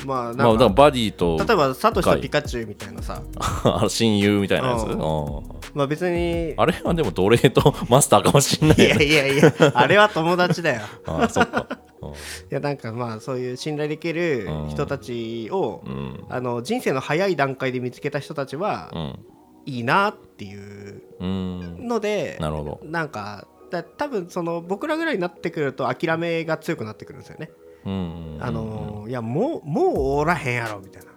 [SPEAKER 2] ま
[SPEAKER 1] まあ、
[SPEAKER 2] あなん
[SPEAKER 1] だから
[SPEAKER 2] か、
[SPEAKER 1] バディと
[SPEAKER 2] 例えばサトシとピカチュウみたいなさ、
[SPEAKER 1] [LAUGHS] あ親友みたいなやつ、
[SPEAKER 2] うん
[SPEAKER 1] うん
[SPEAKER 2] まあ別に
[SPEAKER 1] あれはでも奴隷とマスターかもしんない
[SPEAKER 2] い
[SPEAKER 1] よ
[SPEAKER 2] や
[SPEAKER 1] ね
[SPEAKER 2] いやいやあれは友達だよ
[SPEAKER 1] あそっか、う
[SPEAKER 2] いやなんかまあそういう信頼できる人たちを、
[SPEAKER 1] んうん
[SPEAKER 2] あの人生の早い段階で見つけた人たちは
[SPEAKER 1] うん
[SPEAKER 2] いいなっていう
[SPEAKER 1] うん
[SPEAKER 2] ので、
[SPEAKER 1] なるほど
[SPEAKER 2] なんかだ多分その僕らぐらいになってくると諦めが強くなってくるんですよね。
[SPEAKER 1] うん
[SPEAKER 2] あのいやもうもうおらへんやろみたいな。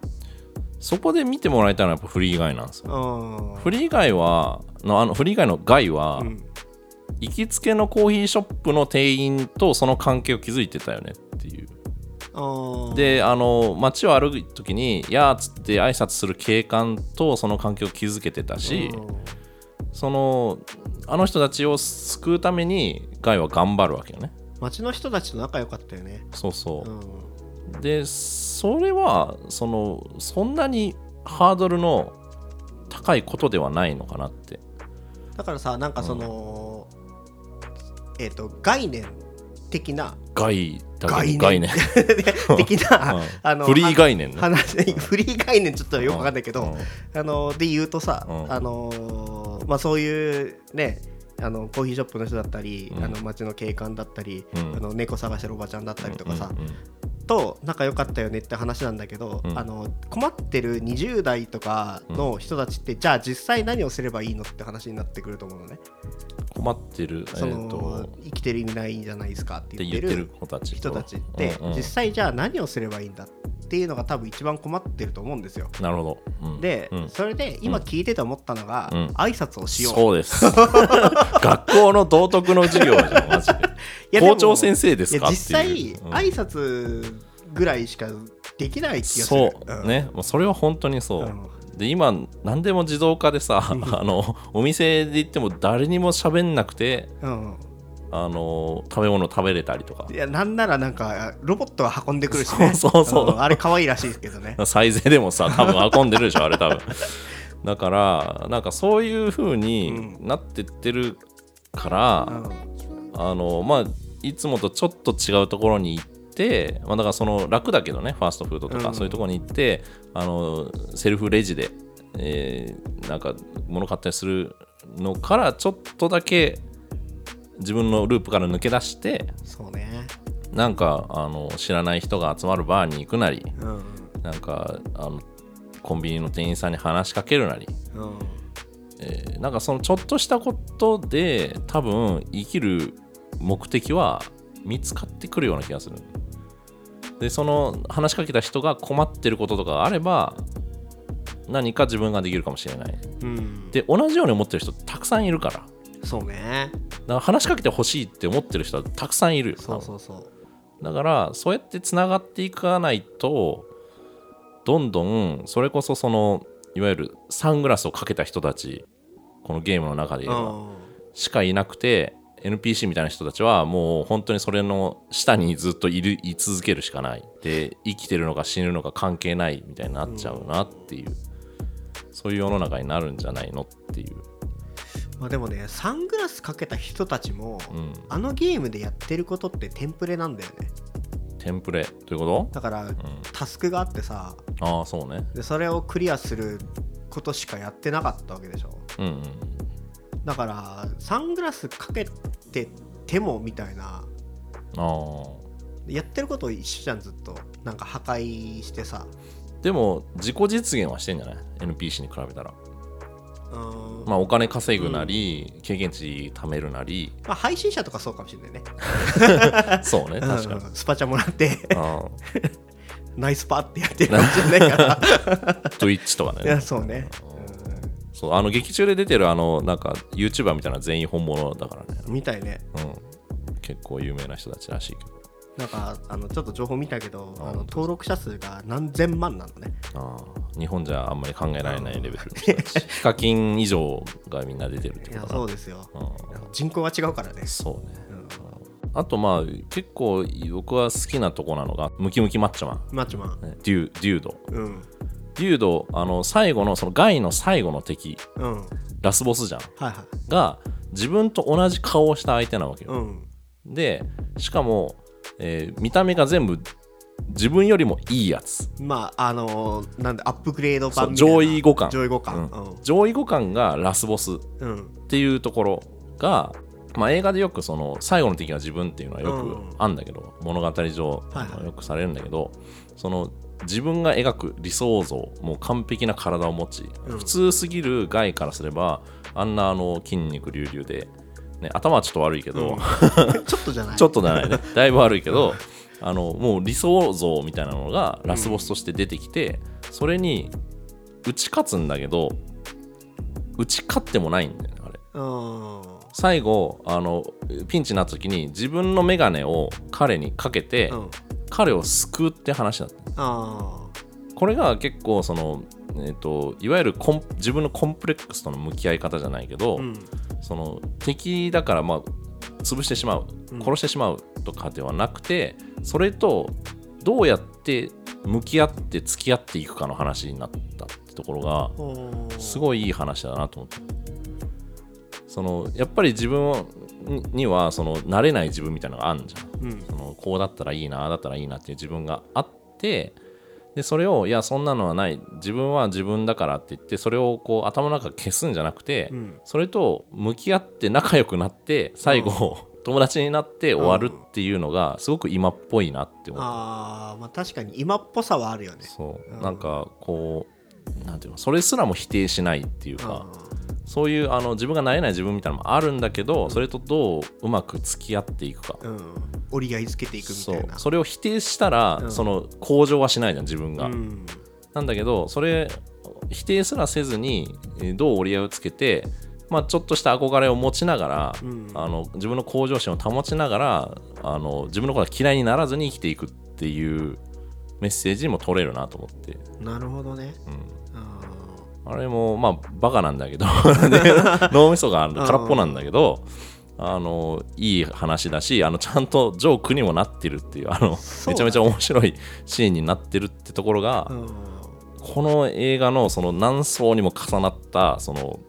[SPEAKER 1] そこで見てもらえたのはやっぱフリー以外なんですよ
[SPEAKER 2] うん
[SPEAKER 1] フリー以外はのあのフリー以外の外は、
[SPEAKER 2] うん
[SPEAKER 1] 行きつけのコーヒーショップの店員とその関係を築いてたよねっていう
[SPEAKER 2] うん
[SPEAKER 1] であの街を歩く時に「やー」っつって挨拶する警官とその関係を築けてたし、
[SPEAKER 2] うん
[SPEAKER 1] そのあの人たちを救うためにガイは頑張るわけよね
[SPEAKER 2] 町の人たちと仲良かったよね。
[SPEAKER 1] そうそうう、
[SPEAKER 2] ん
[SPEAKER 1] でそれはそのそんなにハードルの高いことではないのかなって
[SPEAKER 2] だからさなんかその、えっ、と概念的な
[SPEAKER 1] ガイだけど
[SPEAKER 2] 概念
[SPEAKER 1] 念
[SPEAKER 2] 的な、
[SPEAKER 1] うん
[SPEAKER 2] [LAUGHS] あの
[SPEAKER 1] フリー概念ね
[SPEAKER 2] 話フリー概念ちょっとよくわかんないけど、
[SPEAKER 1] うん
[SPEAKER 2] あので言うとさ、
[SPEAKER 1] うん
[SPEAKER 2] あのまあそういうねあのコーヒーショップの人だったり、
[SPEAKER 1] うん
[SPEAKER 2] あの街の警官だったり、
[SPEAKER 1] うん
[SPEAKER 2] あの猫探してるおばちゃんだったりとかさ、
[SPEAKER 1] うんうん
[SPEAKER 2] と仲良かったよねって話なんだけど、
[SPEAKER 1] うん
[SPEAKER 2] あの困ってる20代とかの人たちって、じゃあ実際何をすればいいのって話になってくると思うのね、
[SPEAKER 1] 困ってる、え
[SPEAKER 2] そ
[SPEAKER 1] ー、
[SPEAKER 2] の
[SPEAKER 1] と
[SPEAKER 2] 生きてる意味ないんじゃないですかって
[SPEAKER 1] って
[SPEAKER 2] 言
[SPEAKER 1] 言
[SPEAKER 2] って
[SPEAKER 1] ってる
[SPEAKER 2] る
[SPEAKER 1] 子たちと
[SPEAKER 2] 人たちって、
[SPEAKER 1] うんうん
[SPEAKER 2] 実際じゃあ何をすればいいんだっていうのが多分一番困ってると思うんですよ。
[SPEAKER 1] なるほど、うん
[SPEAKER 2] で、
[SPEAKER 1] うん
[SPEAKER 2] それで今聞いてて思ったのが、
[SPEAKER 1] うん
[SPEAKER 2] 挨拶をしよう。
[SPEAKER 1] そうです
[SPEAKER 2] [LAUGHS]
[SPEAKER 1] 学校の道徳の授業じゃんマジ
[SPEAKER 2] い
[SPEAKER 1] で
[SPEAKER 2] やでも
[SPEAKER 1] 校長先生です
[SPEAKER 2] い
[SPEAKER 1] か
[SPEAKER 2] や
[SPEAKER 1] っていう
[SPEAKER 2] 実際、
[SPEAKER 1] うん
[SPEAKER 2] 挨拶ぐらいしかできない気がする。
[SPEAKER 1] そ
[SPEAKER 2] ん
[SPEAKER 1] う、ねもうそれは本当にそう、
[SPEAKER 2] うん
[SPEAKER 1] で今何でも自動化でさあのお店で行っても誰にも喋んなくて
[SPEAKER 2] うん
[SPEAKER 1] あの食べ物食べれたりとか
[SPEAKER 2] いやなんならなんかロボットは運んでくるしね
[SPEAKER 1] そうそうそう
[SPEAKER 2] うんあれ可愛いらしいですけどね
[SPEAKER 1] サイゼでも
[SPEAKER 2] [LAUGHS]
[SPEAKER 1] さ多分運んでるでしょあれ多分だからなんかそういう風になってってるから、
[SPEAKER 2] うん
[SPEAKER 1] あのまあいつもとちょっと違うところに行って、まあ、だからその楽だけどねファーストフードと
[SPEAKER 2] う
[SPEAKER 1] か
[SPEAKER 2] ん
[SPEAKER 1] そういうところに行って、あのセルフレジで、えーなんか物買ったりするのからちょっとだけ自分のループから抜け出して
[SPEAKER 2] そうね
[SPEAKER 1] なんかあの知らない人が集まるバーに行くなり
[SPEAKER 2] うん
[SPEAKER 1] なんかあのコンビニの店員さんに話しかけるなり、
[SPEAKER 2] うん
[SPEAKER 1] えーなんかそのちょっとしたことで多分生きる目的は見つかってくるような気がするでその話しかけた人が困ってることとかがあれば何か自分ができるかもしれない
[SPEAKER 2] うん
[SPEAKER 1] で同じように思ってる人たくさんいるからだか
[SPEAKER 2] そうね
[SPEAKER 1] ら話しかけてほしいって思ってる人はたくさんいるよ
[SPEAKER 2] そうそうそう
[SPEAKER 1] だからそうやってつながっていかないとどんどんそれこそそのいわゆるサングラスをかけた人たちこのゲームの中で
[SPEAKER 2] う
[SPEAKER 1] 言えば
[SPEAKER 2] ん
[SPEAKER 1] しかいなくて NPC みたいな人たちはもう本当にそれの下にずっといるい続けるしかないで生きてるのか死ぬのか関係ないみたいになっちゃうなっていう、そういう世の中になるんじゃないのっていう、
[SPEAKER 2] まあでもねサングラスかけた人たちも
[SPEAKER 1] うん、
[SPEAKER 2] あのゲームでやってることってテンプレなんだよね
[SPEAKER 1] テンプレというこ
[SPEAKER 2] だから
[SPEAKER 1] と、うん、
[SPEAKER 2] タスクがあってさ
[SPEAKER 1] ああそうね
[SPEAKER 2] でそれをクリアすることしかやってなかったわけでしょ
[SPEAKER 1] うんうん
[SPEAKER 2] だからサングラスかけててもみたいな
[SPEAKER 1] ああ
[SPEAKER 2] やってること一緒じゃんずっとなんか破壊してさ
[SPEAKER 1] でも自己実現はしてんじゃない ?NPC に比べたら。
[SPEAKER 2] うーん
[SPEAKER 1] まあお金稼ぐなり、経験値貯めるな
[SPEAKER 2] [LAUGHS]
[SPEAKER 1] り、
[SPEAKER 2] まあ配信者とかそうかもしれないね
[SPEAKER 1] そうね、確かに。
[SPEAKER 2] うんスパチャもらって [LAUGHS]
[SPEAKER 1] ああ
[SPEAKER 2] ナイスパってやってるかもしれないから
[SPEAKER 1] Twitch とか
[SPEAKER 2] [LAUGHS] い
[SPEAKER 1] ね [LAUGHS]
[SPEAKER 2] や。そうね、
[SPEAKER 1] そう、あの劇中で出てるあの、なんか YouTuber みたいな全員本物だからね。
[SPEAKER 2] うん、みたいね
[SPEAKER 1] うん。結構有名な人たちらしいけ
[SPEAKER 2] なんかあのちょっと情報見たけど
[SPEAKER 1] あ
[SPEAKER 2] あの
[SPEAKER 1] 本当ですか
[SPEAKER 2] 登録者数が何千万なのね
[SPEAKER 1] ど。ああ日本じゃあんまり考えられないレベルの人たち。
[SPEAKER 2] [LAUGHS]
[SPEAKER 1] ヒカキン以上がみんな出てるってこ
[SPEAKER 2] いや
[SPEAKER 1] とかな。
[SPEAKER 2] そうですよ
[SPEAKER 1] うん
[SPEAKER 2] あの人口が違うからね
[SPEAKER 1] そうね。
[SPEAKER 2] うん
[SPEAKER 1] あとまあ結構僕は好きなとこなのがムキムキマッチョマン
[SPEAKER 2] マッチョマン
[SPEAKER 1] ね、デュデュード。
[SPEAKER 2] うん
[SPEAKER 1] デュードあの最後のそのガイの最後の敵
[SPEAKER 2] うんはい
[SPEAKER 1] ラスボスじゃん
[SPEAKER 2] はい
[SPEAKER 1] が自分と同じ顔をした相手なわけ
[SPEAKER 2] う
[SPEAKER 1] よ、
[SPEAKER 2] ん
[SPEAKER 1] でしかも、えー見た目が全部自分よりもいいやつ
[SPEAKER 2] まああのーなんでアップグレード
[SPEAKER 1] そう
[SPEAKER 2] 版みたいな
[SPEAKER 1] 上位互換
[SPEAKER 2] 上位互
[SPEAKER 1] うん
[SPEAKER 2] 換
[SPEAKER 1] 上位互換がラスボスっ
[SPEAKER 2] うんうん
[SPEAKER 1] ていうところが、まあ、映画でよくその最後の敵が自分っていうのはよ
[SPEAKER 2] うん
[SPEAKER 1] くあんだけど、物語上
[SPEAKER 2] はいはい
[SPEAKER 1] よくされるんだけど、その自分が描く理想像もう完璧な体を持ち、
[SPEAKER 2] うん
[SPEAKER 1] 普通すぎるガイからすればあんなあの筋肉隆々で、ね、頭はちょっと悪いけど、
[SPEAKER 2] うん [LAUGHS] ちょっとじゃない
[SPEAKER 1] ちょっとじゃないね [LAUGHS] だいぶ悪いけどあのもう理想像みたいなのがラスボスとして出てきて、それに打ち勝つんだけど打ち勝ってもないんだよねあれ
[SPEAKER 2] うん
[SPEAKER 1] 最後あのピンチになった時に自分の眼鏡を彼にかけて、
[SPEAKER 2] うん
[SPEAKER 1] 彼を救うって話だった
[SPEAKER 2] あ
[SPEAKER 1] これが結構その、えー、といわゆるコン自分のコンプレックスとの向き合い方じゃないけど、
[SPEAKER 2] ーうん
[SPEAKER 1] その敵だからまあ潰してしまう
[SPEAKER 2] うん
[SPEAKER 1] 殺してしまうとかではなくて、それとどうやって向き合って付き合っていくかの話になったってところが
[SPEAKER 2] おー
[SPEAKER 1] すごいいい話だなと思ってそのやっぱり自分にはその慣れない自分みたいなのがあるじゃん
[SPEAKER 2] うん
[SPEAKER 1] そのこうだったらいいなああだったらいいなっていう自分があってでそれをいやそんなのはない自分は自分だからって言ってそれをこう頭の中消すんじゃなくて、
[SPEAKER 2] うん
[SPEAKER 1] それと向き合って仲良くなって最後、友達になって終わるっていうのがすごく今っぽいなって思っ
[SPEAKER 2] あーまあ確かに今っぽさはあるよね
[SPEAKER 1] たそう、
[SPEAKER 2] うん
[SPEAKER 1] なんかこうなんていうのそれすらも否定しないっていうか、そういうあの自分がなれない自分みたいなのもあるんだけどそれとどううまく付き合っていくか、
[SPEAKER 2] うん、うん、折り合いつけていくみた
[SPEAKER 1] そう
[SPEAKER 2] いな
[SPEAKER 1] それを否定したら、
[SPEAKER 2] うん
[SPEAKER 1] その向上はしないじゃん自分が、
[SPEAKER 2] うん
[SPEAKER 1] なんだけどそれ否定すらせずにえーどう折り合いをつけて、まあ、ちょっとした憧れを持ちながら、
[SPEAKER 2] うん
[SPEAKER 1] あの自分の向上心を保ちながらあの自分のことが嫌いにならずに生きていくっていうメッセージにも取れるなと思って、
[SPEAKER 2] なるほどね
[SPEAKER 1] うん、
[SPEAKER 2] あ
[SPEAKER 1] あれもまあバカなんだ
[SPEAKER 2] [LAUGHS]
[SPEAKER 1] けどで脳みそが空っぽなんだけど。あのいい話だしあのちゃんとジョークにもなってるっていうあの
[SPEAKER 2] そう
[SPEAKER 1] めち
[SPEAKER 2] だね
[SPEAKER 1] ゃめちゃ面白いシーンになってるってところが、
[SPEAKER 2] ーうん
[SPEAKER 1] この映画のその何層にも重なったその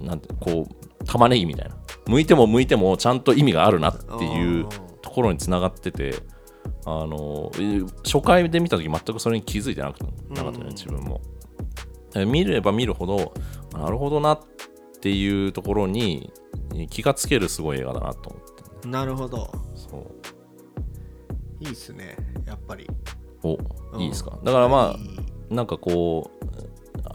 [SPEAKER 1] なんてこう玉ねぎみたいな向いても向いてもちゃんと意味があるなっていう
[SPEAKER 2] あー
[SPEAKER 1] ところにつながっててあのえー初回で見た時全くそれに気づいてなくなかった
[SPEAKER 2] うん
[SPEAKER 1] ね自分もえ見れば見るほどあなるほどなっていうところにえー気がつけるすごい映画だなと思って
[SPEAKER 2] なるほど
[SPEAKER 1] そ
[SPEAKER 2] いいっすねやっぱり
[SPEAKER 1] う
[SPEAKER 2] う
[SPEAKER 1] お
[SPEAKER 2] ん
[SPEAKER 1] いいですかだからまあ
[SPEAKER 2] いい
[SPEAKER 1] なんかこう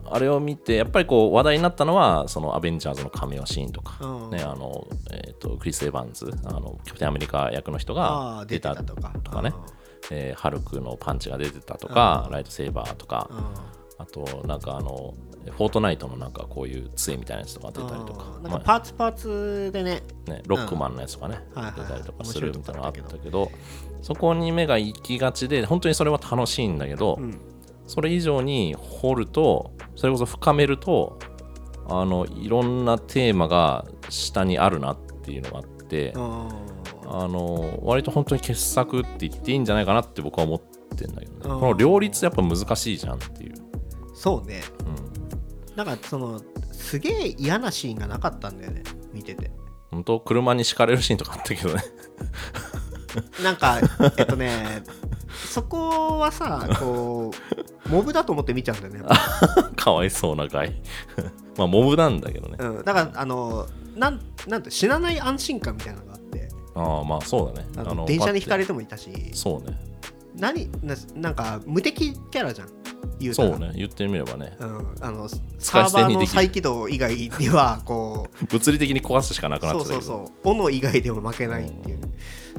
[SPEAKER 1] あれを見てやっぱりこう話題になったのはそのアベンジャーズのcameo シーンと
[SPEAKER 2] う
[SPEAKER 1] か、
[SPEAKER 2] ん
[SPEAKER 1] ねあのえー、とクリス・エヴァンズあのキャプテンアメリカ役の人
[SPEAKER 2] ああ
[SPEAKER 1] が
[SPEAKER 2] 出
[SPEAKER 1] 出た
[SPEAKER 2] てたとか
[SPEAKER 1] とかねえーハルクのパンチが出てたとかライトセーバーとか
[SPEAKER 2] うんうん
[SPEAKER 1] あとなんかあのフォートナイトのなんかこういう杖みたいなやつとか出たりとか
[SPEAKER 2] あーなんか
[SPEAKER 1] ま
[SPEAKER 2] パーツパーツでね
[SPEAKER 1] あねロックマンのやつとかね
[SPEAKER 2] うんはいはい
[SPEAKER 1] 出たりとかす
[SPEAKER 2] 面白
[SPEAKER 1] る
[SPEAKER 2] いと
[SPEAKER 1] み
[SPEAKER 2] こ
[SPEAKER 1] たいな
[SPEAKER 2] だ
[SPEAKER 1] のあ
[SPEAKER 2] っ
[SPEAKER 1] った
[SPEAKER 2] けど
[SPEAKER 1] たけどそこに目が行きがちで本当にそれは楽しいんだけど、
[SPEAKER 2] うん
[SPEAKER 1] それ以上に掘るとそれこそ深めるとあのいろんなテーマが下にあるなっていうのがあって、
[SPEAKER 2] あ
[SPEAKER 1] あの割と本当に傑作って言っていいんじゃないかなって僕は思ってんだけどね、
[SPEAKER 2] うん
[SPEAKER 1] この両立やっぱ難しいじゃんっていう、
[SPEAKER 2] ーそうね
[SPEAKER 1] うん、
[SPEAKER 2] なんかそのすげえ嫌なシーンがなかったんだよね見てて
[SPEAKER 1] 本当車に敷かれるシーンとかあったけどね [LAUGHS]
[SPEAKER 2] なんかえっとねそこはさこうモブだと思って見ちゃうんだよね、やっ
[SPEAKER 1] [LAUGHS] かわいそうな回 [LAUGHS] まあモブなんだけどね、
[SPEAKER 2] ぱうん、だからあのなんなんて死なない安心感みたいなのがあって
[SPEAKER 1] ああまあそうだね
[SPEAKER 2] あの電車にひかれ
[SPEAKER 1] て
[SPEAKER 2] てもいたし
[SPEAKER 1] そうね
[SPEAKER 2] 何ななんか無敵キャラじゃん言うた
[SPEAKER 1] そ
[SPEAKER 2] ら
[SPEAKER 1] うね言ってみればね
[SPEAKER 2] うん、あのサ
[SPEAKER 1] 使い
[SPEAKER 2] ー
[SPEAKER 1] 捨て
[SPEAKER 2] バー
[SPEAKER 1] に
[SPEAKER 2] の
[SPEAKER 1] できる
[SPEAKER 2] 再起動以外にはこ
[SPEAKER 1] [LAUGHS]
[SPEAKER 2] う
[SPEAKER 1] 物理的に壊すしかなくなっちゃ
[SPEAKER 2] そ
[SPEAKER 1] っ
[SPEAKER 2] う
[SPEAKER 1] たけ
[SPEAKER 2] そ
[SPEAKER 1] ど
[SPEAKER 2] うそう斧以外でも負けないっていう、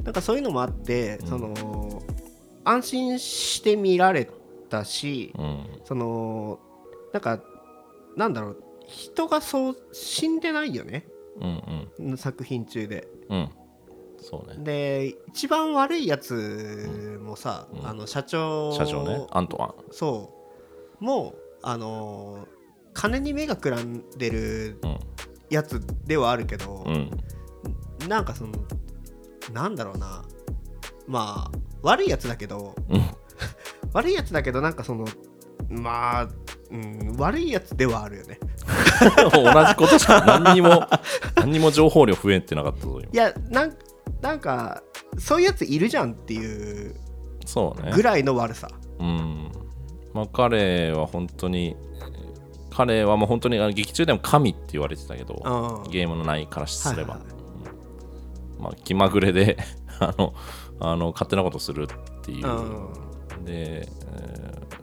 [SPEAKER 2] なんかそういうのもあってその安心して見られたし、
[SPEAKER 1] うん
[SPEAKER 2] そのなんかなんだろう人がそう死んでないよね
[SPEAKER 1] うんうん
[SPEAKER 2] 作品中で
[SPEAKER 1] うん。そうね。
[SPEAKER 2] で一番悪いやつもさ、
[SPEAKER 1] うん
[SPEAKER 2] あの社長
[SPEAKER 1] 社長ね、アントワン。
[SPEAKER 2] そうもうあのー金に目がくらんでるやつではあるけど
[SPEAKER 1] うん。う、ん。
[SPEAKER 2] なんかそのなんだろうなまあ悪いやつだけど
[SPEAKER 1] うん。 [LAUGHS]
[SPEAKER 2] 悪いやつだけどなんかそのまあ、うん、悪いやつではあるよね
[SPEAKER 1] 同じことしか何にも、何にも情報量増えてなかったぞ、今
[SPEAKER 2] い。やなんなんかそういうやついるじゃんっていう
[SPEAKER 1] そうね
[SPEAKER 2] ぐ。らいの悪さ、
[SPEAKER 1] うん。まあ、彼は本当に、彼はもう本当にあの劇中でも神って言われてたけど、
[SPEAKER 2] うん、
[SPEAKER 1] ゲームの内からすれば、
[SPEAKER 2] はいはい
[SPEAKER 1] うんまあ、気まぐれで [LAUGHS] あのあの勝手なことするっていう、で、え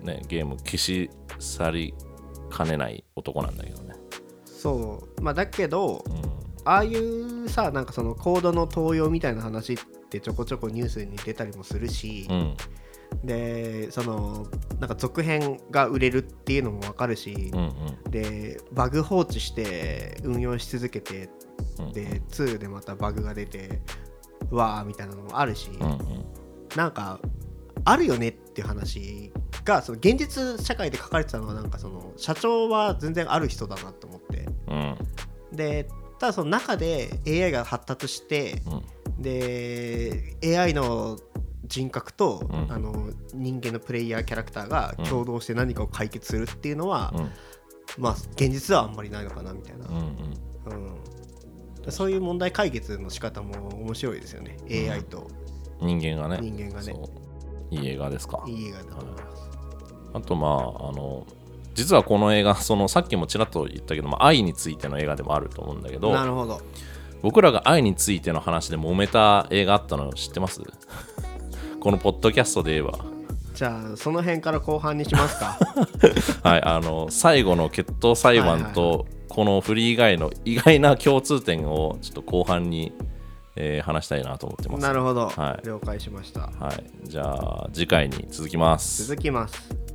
[SPEAKER 1] ーね、ゲーム消し去りかねない男なんだけどね、
[SPEAKER 2] そうまあだけど
[SPEAKER 1] うん、
[SPEAKER 2] ああいうさなんかそのコードの盗用みたいな話ってちょこちょこニュースに出たりもするし、
[SPEAKER 1] うん
[SPEAKER 2] でそのなんか続編が売れるっていうのもわかるし
[SPEAKER 1] う、ん
[SPEAKER 2] でバグ放置して運用し続けて
[SPEAKER 1] うん
[SPEAKER 2] で2でまたバグが出てわーみたいなのもあるし、
[SPEAKER 1] うんうん
[SPEAKER 2] なんかあるよねっていう話がその現実社会で書かれてたのはなんかその社長は全然ある人だなと思って
[SPEAKER 1] うん
[SPEAKER 2] でただその中で AI が発達して
[SPEAKER 1] うん
[SPEAKER 2] で AI の人格と、
[SPEAKER 1] うん
[SPEAKER 2] あの人間のプレイヤーキャラクターが共同して何かを解決するっていうのは、
[SPEAKER 1] うん
[SPEAKER 2] まあ現実ではあんまりないのかなみたいな、
[SPEAKER 1] うん
[SPEAKER 2] うん、そういう問題解決の仕方も面白いですよね、AI と
[SPEAKER 1] うん人間がね
[SPEAKER 2] 人間がね
[SPEAKER 1] そういい映画ですか
[SPEAKER 2] いい映画だと思います、
[SPEAKER 1] あとまああの実はこの映画 [LAUGHS] そのさっきもちらっと言ったけど、まあ、愛についての映画でもあると思うんだけど
[SPEAKER 2] なるほど
[SPEAKER 1] 僕らが愛についての話で揉めた映画あったの知ってます [LAUGHS] このポッドキャストで言え
[SPEAKER 2] [LAUGHS]
[SPEAKER 1] ば
[SPEAKER 2] じゃあその辺から後半にします
[SPEAKER 1] [LAUGHS]
[SPEAKER 2] か
[SPEAKER 1] はい、あの最後の決闘裁判
[SPEAKER 2] はい
[SPEAKER 1] とこのフリー以外の意外な共通点をちょっと後半に、えー話したいなと思ってます。
[SPEAKER 2] なるほど、
[SPEAKER 1] はい
[SPEAKER 2] 了解しました
[SPEAKER 1] はい、じゃあ次回に続きます。
[SPEAKER 2] 続きます